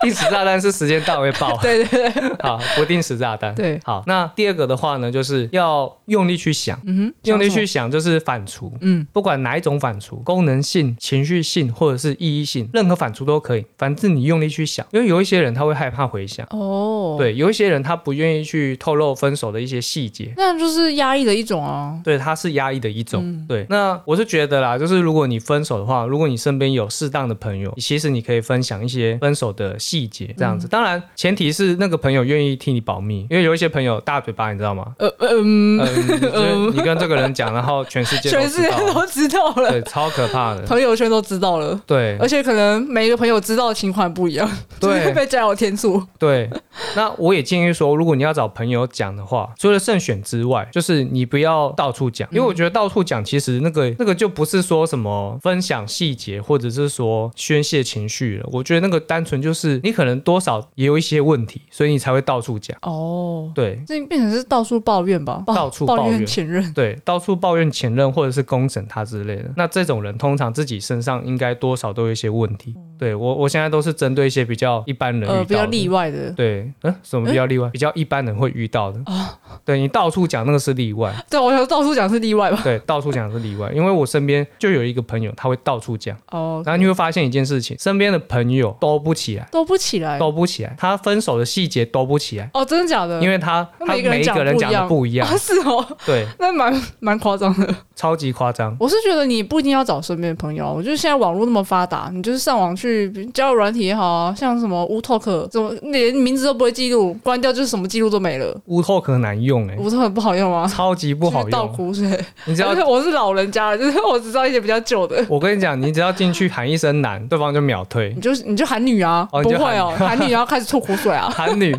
A: 定时炸弹是时间到会爆。
B: 对对对，
A: 好，不定时炸弹。
B: 对
A: 好，那第二个的话呢，就是要用力去想，
B: 嗯哼，
A: 用力去想就是反刍，
B: 嗯，
A: 不管哪一种反刍，功能性、情绪性或者是意义性，任何反刍都可以，反正你用力去想，因为有一些人他会害怕回想，
B: 哦，，
A: 对，有一些人他不愿意去透露分手的一些细节。
B: 那就是压抑的一种啊。
A: 对，它是压抑的一种。
B: 嗯
A: 对，那我是觉得啦，就是如果你分手的话，如果你身边有适当的朋友，其实你可以分享一些分手的细节，这样
B: 嗯
A: 子。当然，前提是那个朋友愿意替你保密，因为有一些朋友大嘴巴，你知道吗？
B: 呃嗯，
A: 嗯，你就你跟这个人讲，然后全世界都
B: 全世
A: 知
B: 界
A: 道了，
B: 都知道了，
A: 对，超可怕的。
B: 朋友圈都知道了。
A: 对
B: 而且可能每一个朋友知道的情况不一样，就是会
A: 对
B: 被加油添醋。
A: 对，那我也建议说，如果你要找朋友讲的话，除了慎选之外，就是你不要到处讲，因为我觉得到处讲，其实那个那个就不是说什么分享细节，或者是说宣泄情绪了。我觉得那个单纯就是你可能多少也有一些问题，所以你才会到处讲。
B: 哦，
A: 对
B: 这变成是到处抱怨吧？抱
A: 到处
B: 抱
A: 抱怨
B: 前任。
A: 对，到处抱怨前任或者是公审他之类的，那这种人通常自己身上应该多少都有一些问题。对我我现在都是针对一些比较一般人遇到
B: 呃，
A: 的
B: 比较例外的，
A: 对，嗯，什么比较例外？比较一般人会遇到的。
B: 哦
A: 对你到处讲那个是例外，
B: 对啊我想到处讲是例外吧。
A: 对，到处讲是例外。因为我身边就有一个朋友，他会到处讲，
B: 哦，
A: 然后你会发现一件事情，身边的朋友都不起来，
B: 都不起来。
A: 都不起来，他分手的细节都不起来，
B: 哦，真的假的？
A: 因为他
B: 那
A: 他
B: 每个人
A: 每一
B: 讲
A: 个人
B: 不
A: 讲
B: 一
A: 的
B: 样
A: 不一样
B: 啊，，是 哦，
A: 对，
B: 那蛮蛮夸张的。
A: 超级夸张。
B: 我是觉得你不一定要找身边的朋友啊，我觉得现在网络那么发达，你就是上网去比如交友软体也好啊，像什么 WooTalk，怎么连名字都不会记录，关掉就是什么记录都没了。
A: 乌托克难用哎、
B: WooTalk 很不好用啊，
A: 超级不好
B: 就是倒
A: 用，
B: 苦水。
A: 你嗯只要
B: 而且。我是老人家了，就是我只知道一些比较久的。
A: 我跟你讲，你只要进去喊一声“男”，对方就秒退
B: 你。就你就喊女啊，
A: 哦
B: 不
A: 你就，
B: 会哦，喊女然后开始吐苦水啊
A: 韩女，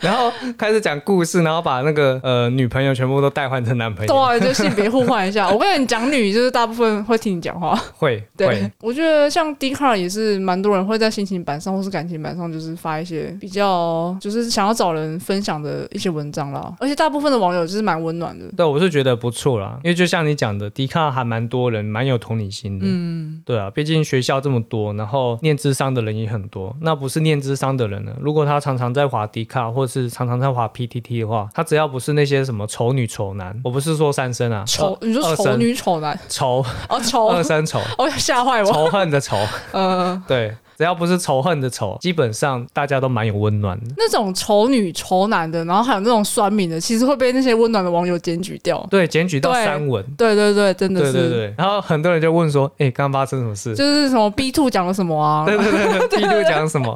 A: 然后开始讲故事，然后把那个呃女朋友全部都代换成男朋
B: 对
A: 友，
B: 啊，就性别互换一下。我跟你讲，女就是大部分会听你讲话。
A: 会
B: 对
A: 会，，
B: 我觉得像 d 卡也是蛮多人会在心情版上或是感情版上，就是发一些比较就是想要找人分享的一些文章啦。而且大部分的网友就是蛮温暖的，
A: 对，我是觉得不错啦，因为就像你讲的，迪卡还蛮多人，蛮有同理心的。嗯，对啊，毕竟学校这么多，然后念智商的人也很多。那不是念智商的人呢，如果他常常在滑迪卡，或是常常在滑 PTT 的话，他只要不是那些什么丑女丑男，我不是说三生啊，
B: 丑你说
A: 二
B: 丑
A: 三
B: 女丑男
A: 呃仇
B: 哦丑，
A: 二三仇，
B: 哦吓坏我，
A: 仇恨的仇，
B: 呃
A: 对，只要不是仇恨的仇，基本上大家都蛮有温暖的。
B: 那种丑女丑男的，然后还有那种酸民的，其实会被那些温暖的网友检举掉。
A: 对，检举到
B: 对
A: 三文。
B: 对对对，真的
A: 对
B: 是。
A: 对对，然后很多人就问说：“哎、刚发生什么事
B: 就是什么 B two 讲了什么？”啊，
A: 对对 对对，一路讲什么，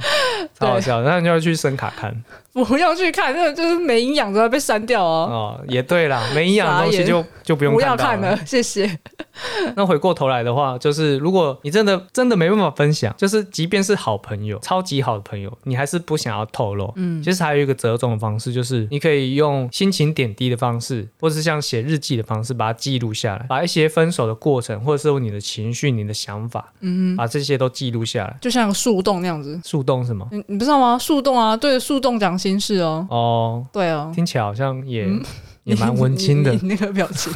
A: 超好
B: 对
A: 笑。然后你就要去声卡看
B: 不要去看，那个就是没营养的要被删掉啊，
A: 哦，也对啦，没营养的东西
B: 傻眼
A: 就就不用
B: 不要
A: 到
B: 看
A: 了。
B: 了，谢谢。
A: 那回过头来的话，就是如果你真的真的没办法分享，就是即便是好朋友、超级好的朋友，你还是不想要透露，嗯，其实还有一个折中的方式，就是你可以用心情点滴的方式，或是像写日记的方式，把它记录下来，把一些分手的过程，或者是你的情绪、你的想法，嗯，把这些都记录下来。
B: 就像个树洞那样子，
A: 树洞是吗？
B: 你你不知道吗？树洞啊，对着树洞讲心事哦，
A: 哦，
B: 对啊，
A: 听起来好像也、也蛮文青的
B: 你，你你那个表情，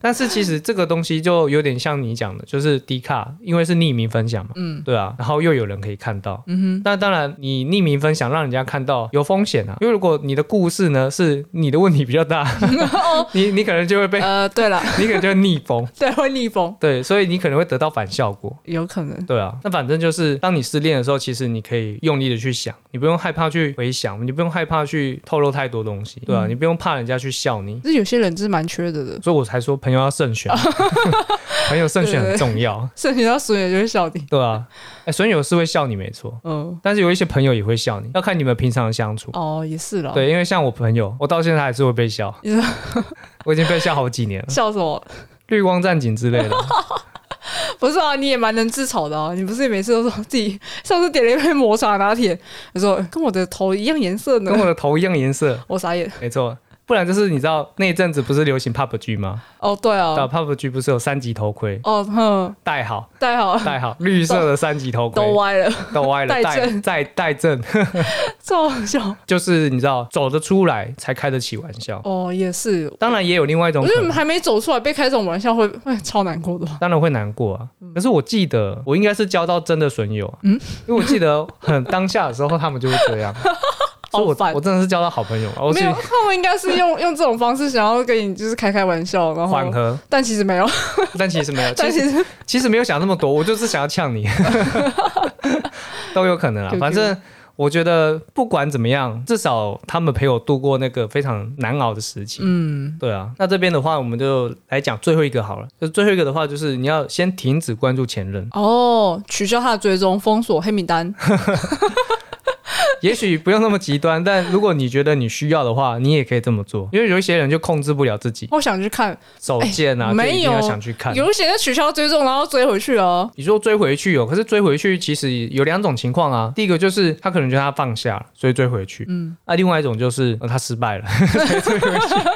A: 但是其实这个东西就有点像你讲的，就是低卡，因为是匿名分享嘛，嗯，对啊，然后又有人可以看到，嗯哼，那当然你匿名分享让人家看到有风险啊，因为如果你的故事呢是你的问题比较 大，你你可能就会被，
B: 呃，对了，
A: 你可能就会逆风，
B: 对，会逆风，
A: 对，所以你可能会得到反效果。
B: 有可能，
A: 对啊，那反正就是当你失恋的时候，其实你可以用力的去想，你不用害怕去回想，你不用害怕去透露太多东西，对啊，你不用怕人家去笑你，
B: 这有些人真是蛮缺德的，
A: 所以我才说朋友要慎 选，啊朋友慎选很重要，
B: 甚至到损友就会笑你，
A: 对啊，哎、损友是会笑你没错，
B: 嗯，
A: 但是有一些朋友也会笑你，要看你们平常的相处。
B: 哦，也是啦，，
A: 对，因为像我朋友，我到现在还是会被笑
B: 你 说，
A: 我已经被笑好几年了，
B: 笑什么？
A: 绿光战警之类的。
B: 不是啊，你也蛮能自嘲的啊，你不是每次都说自己上次点了一杯抹茶拿铁，你说跟我的头一样颜色呢
A: 跟，我的头一样颜色，
B: 我傻眼。
A: 没错。不然就是你知道那一阵子不是流行 PUBG 吗？
B: 哦，对
A: 到
B: 啊，
A: PUBG 不是有三级头盔，
B: 哦哼，
A: 戴好
B: 戴好
A: 戴好绿色的三级头盔，
B: 都歪了，
A: 都歪了，
B: 戴
A: 戴
B: 正
A: 戴戴正，
B: 这好笑。
A: 就是你知道走得出来才开得起玩笑。
B: 哦，也是，
A: 当然也有另外一种
B: 我觉
A: 可
B: 得
A: 能，
B: 还没走出来被开这种玩笑会 会超难过的吧。
A: 当然会难过啊。
B: 嗯
A: 可是我记得我应该是交到真的损友，嗯，因为我记得很当下的时候他们就会这 样，所以我
B: 好烦
A: 我真的是交到好朋友，啊我
B: 没
A: 是
B: 有，他们应该哦是用 用这种方式想要跟你就是开开玩笑，然
A: 缓
B: 后
A: 和，
B: 但 其实没有，
A: 但其实 没有，其
B: 哦但
A: 实
B: 其实
A: 其实没有想那么多，我就是想要呛 你，都有可能啊。
B: QQ
A: 反正我觉得不管怎么样，至少他们陪我度过那个非常难熬的时期。
B: 嗯，
A: 对啊，那这边的话，我们就来讲最后一个好了。就是最后一个的话，就是你要先停止关注前任，
B: 哦，取消他的追踪、封锁、黑名 单，
A: 也许不用那么极端， 但如果你觉得你需要的话，你也可以这么做。因为有一些人就控制不了自己，
B: 我想去看，
A: 手贱啊，
B: 哎
A: 就一定要
B: 没有
A: 想去看。
B: 有一些人取消追踪，然后追回去哦。
A: 你说追回去有，可是追回去其实有两种情况啊。第一个就是他可能觉得他放下了，所以追回去。嗯，那、另外一种就是、呃他失败了， 所以追回去。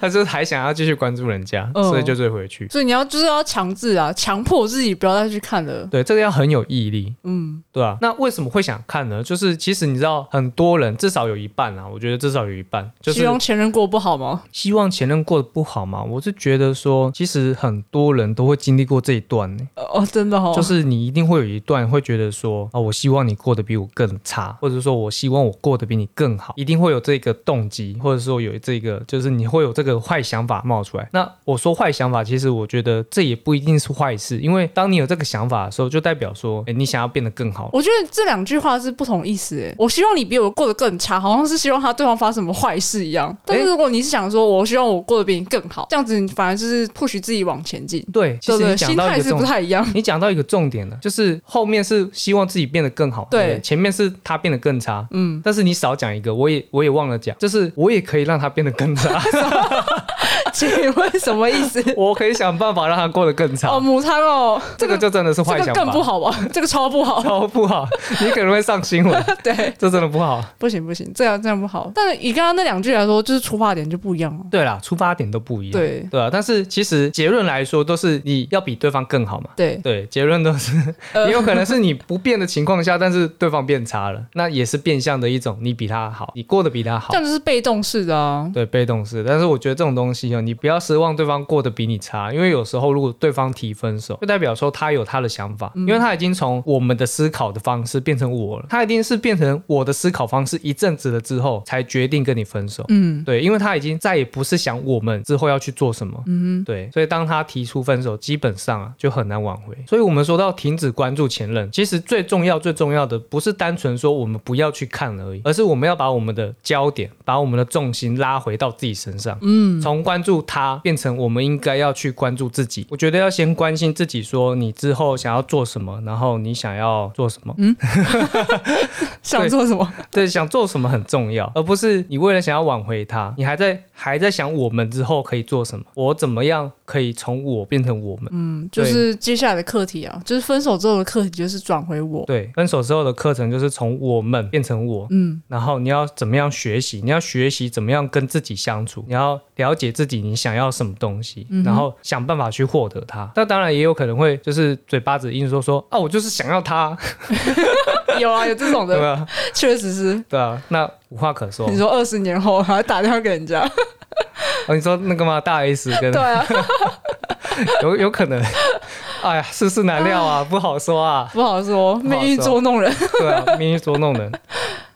A: 他就是还想要继续关注人家，
B: 嗯
A: 所以就追回去。
B: 所以你要就是要强制啊，强迫自己不要再去看了。
A: 对，这个要很有毅力，
B: 嗯，
A: 对啊。那为什么会想看呢？就是其实你知道，很多人至少有一半啊，我觉得至少有一半就是
B: 希望前任过不好吗？
A: 希望前任过得不好嘛。我是觉得说，其实很多人都会经历过这一段、呢。
B: 哦，真的哦，
A: 就是你一定会有一段会觉得说啊、我希望你过得比我更差，或者说我希望我过得比你更好，一定会有这个动机，或者说有这个就是你会有这个坏想法冒出来。那我说坏想法，其实我觉得这也不一定是坏事，因为当你有这个想法的时候，就代表说，哎，你想要变得更好。
B: 我觉得这两句话是不同意思诶。我希望你比我过得更差，好像是希望他对方发生什么坏事一样。但是如果你是想说，我希望我过得比你更好，这样子你反而就是迫许自己往前进，
A: 对，其
B: 对不
A: 实
B: 对？
A: 你讲
B: 心
A: 到一
B: 态
A: 个
B: 是不
A: 重，
B: 太一样。
A: 你讲到一个重点了，就是后面是希望自己变得更好，
B: 对
A: 不前面是他变得更差，
B: 嗯，
A: 但是你少讲一个，我也我也忘了讲，就是我也可以让他变得更 差。
B: 请问什么意思？
A: 我可以想办法让他过得更差。
B: 哦，母汤哦，
A: 这个就真的是坏
B: 这
A: 想
B: 个
A: 法，
B: 更不好 吧？这个超不好。
A: 超不好，你可能会上新 闻，
B: 对，
A: 这真的不好。
B: 不行不行，这样这样不好。但是以刚刚那两句来说，就是出发点就不一样了。
A: 对啦，出发点都不一样。
B: 对
A: 对啊，但是其实结论来说，都是你要比对方更好嘛。
B: 对，
A: 对，结论都是
B: 呃
A: 也有可能是你不变的情况下，但是对方变差了，那也是变相的一种，你比他好，你过得比他好
B: 这。样就是被动式的啊。
A: 对，被动式。但是我觉得这种东西哦，你不要奢望对方过得比你差，因为有时候如果对方提分手，就代表说他有他的想法，因为他已经从我们的思考的方式变成我了，他一定是变成我的思考方式一阵子了之后，才决定跟你分手。
B: 嗯，
A: 对，因为他已经再也不是想我们之后要去做什么，嗯，对，所以当他提出分手，基本上啊就很难挽回。所以我们说到停止关注前任，其实最重要、最重要的不是单纯说我们不要去看而已，而是我们要把我们的焦点、把我们的重心拉回到自己身上，嗯，从关注他变成我们应该要去关注自己。我觉得要先关心自己，说你之后想要做什么，然后你想要做什么，
B: 想做什么？
A: 对，想做什么很重要，而不是你为了想要挽回他，你还在还在想我们之后可以做什么，我怎么样可以从我变成我们。
B: 嗯，就是接下来的课题啊，就是分手之后的课题就是转回我。
A: 对，分手之后的课程就是从我们变成我，
B: 嗯，
A: 然后你要怎么样学习？你要学习怎么样跟自己相处，你要了解自己你想要什么东西，
B: 嗯
A: 然后想办法去获得它。那当然也有可能会就是嘴巴子硬说说啊，我就是想要 它，
B: 有啊，有这种
A: 对
B: 的，
A: 吧？哦
B: 确实是。
A: 对啊，那无话可说
B: 你。说二十年后还打电话给人 家，
A: 哦，你说那个吗？大 S 跟
B: 对啊，
A: 有有可能。 哎呀，世事难料 啊，不好说啊。
B: 不好说，命运捉弄人。
A: 对啊，命运捉弄人，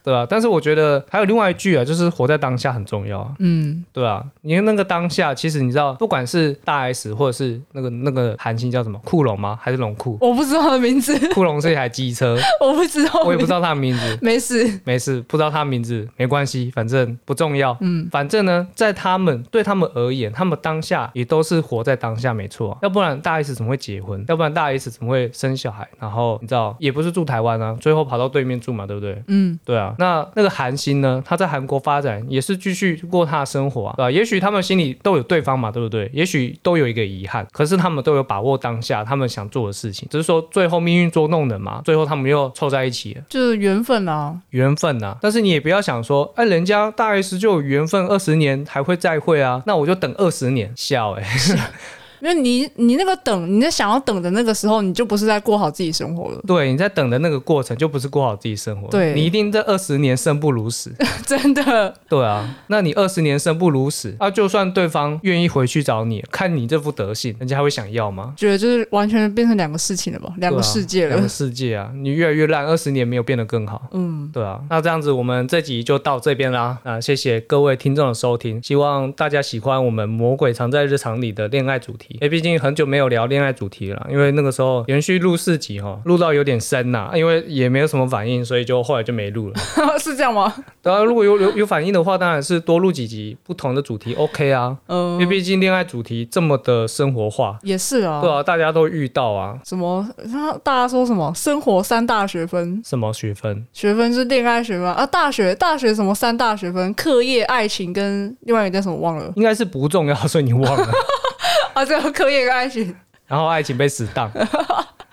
A: 对啊。但是我觉得还有另外一句啊，就是活在当下很重要啊，
B: 嗯，
A: 对啊。因为那个当下，其实你知道，不管是大 S 或者是那个那个韩星叫什么库龙吗？还是龙库？
B: 我不知道他的名字，
A: 库龙是一台机车，
B: 我不知道，
A: 我也不知道他的名字。
B: 没事，
A: 没事，不知道他名字没关系，反正不重要。嗯，反正呢，在他们对他们而言，他们当下也都是活在当下，没错啊、要不然大 S 怎么会结婚？要不然大 S 怎么会生小孩？然后你知道，也不是住台湾啊，最后跑到对面住嘛，对不对？
B: 嗯，
A: 对啊，啊。那那个韩星呢，他在韩国发展也是继续过他的生活啊，对吧？也许他们心里都有对方嘛，对不对？也许都有一个遗憾，可是他们都有把握当下他们想做的事情，只是说最后命运捉弄人嘛，最后他们又凑在一起了，
B: 就是缘分啊。
A: 缘分呐、但是你也不要想说，哎，人家大 S 就有缘分，二十年还会再会啊，那我就等二十年，笑哎、
B: 因为你你那个等，你在想要等的那个时候，你就不是在过好自己生活了，
A: 对，你在等的那个过程就不是过好自己生活了，
B: 对
A: 你一定这二十年生不如死，
B: 真的。
A: 对啊，那你二十年生不如死啊，就算对方愿意回去找你，看你这副德性，人家还会想要吗？
B: 觉得就是完全变成两个事情了吧，两个世界
A: 对啊
B: 了。
A: 两个世界啊！你越来越烂，二十年没有变得更好。
B: 嗯，
A: 对啊，那这样子我们这集就到这边啦。那谢谢各位听众的收听，希望大家喜欢我们《魔鬼藏在日常里》的恋爱主题。诶，毕竟很久没有聊恋爱主题了，因为那个时候连续录四集哈，录到有点深呐、因为也没有什么反应，所以就后来就没录了。
B: 是这样吗？
A: 当然，如果有有有反应的话，当然是多录几集不同的主题，OK 啊。因为
B: 嗯，
A: 毕竟恋爱主题这么的生活化，
B: 也是啊。
A: 对啊，大家都遇到啊。
B: 什么？他大家说什么？生活三大学分，
A: 什么学分？
B: 学分是恋爱学分啊，大学大学什么三大学分？课业、爱情跟另外一个叫什么忘了
A: 应该是不重要，所以你忘了。
B: 啊？这个课业跟爱情，
A: 然后爱情被死当，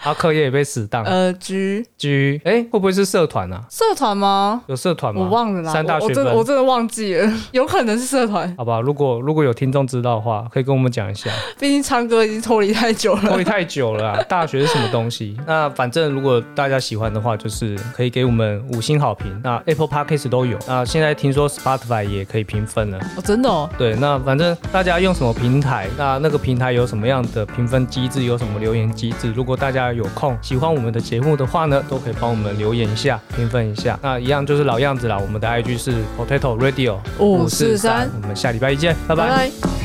A: 然后课业也被死当。
B: 呃，局
A: G，哎，会不会是社团啊？
B: 社团吗？
A: 有社团吗？
B: 我忘了啦，
A: 三大
B: 我
A: 学
B: 我真的我
A: 分。
B: 真的忘记了，有可能是社团，
A: 好吧，如果如果有听众知道的话，可以跟我们讲一下。
B: 毕竟昌哥已经脱离太久了。
A: 脱离太久了、啊，大学是什么东西？那反正如果大家喜欢的话，就是可以给我们五星好评。那 Apple Podcast 都有，那现在听说 Spotify 也可以评分了。
B: 哦，真的哦，
A: 对，那反正大家用什么平台，那那个平台有什么样的评分机制，有什么留言机制？如果大家有空喜欢我们的节目的话呢，都可以帮我们留言一下，评分一下。那一样就是老样子啦，我们的 IG 是 Potato Radio
B: 543
A: 我们下礼拜一见，拜拜
B: 拜拜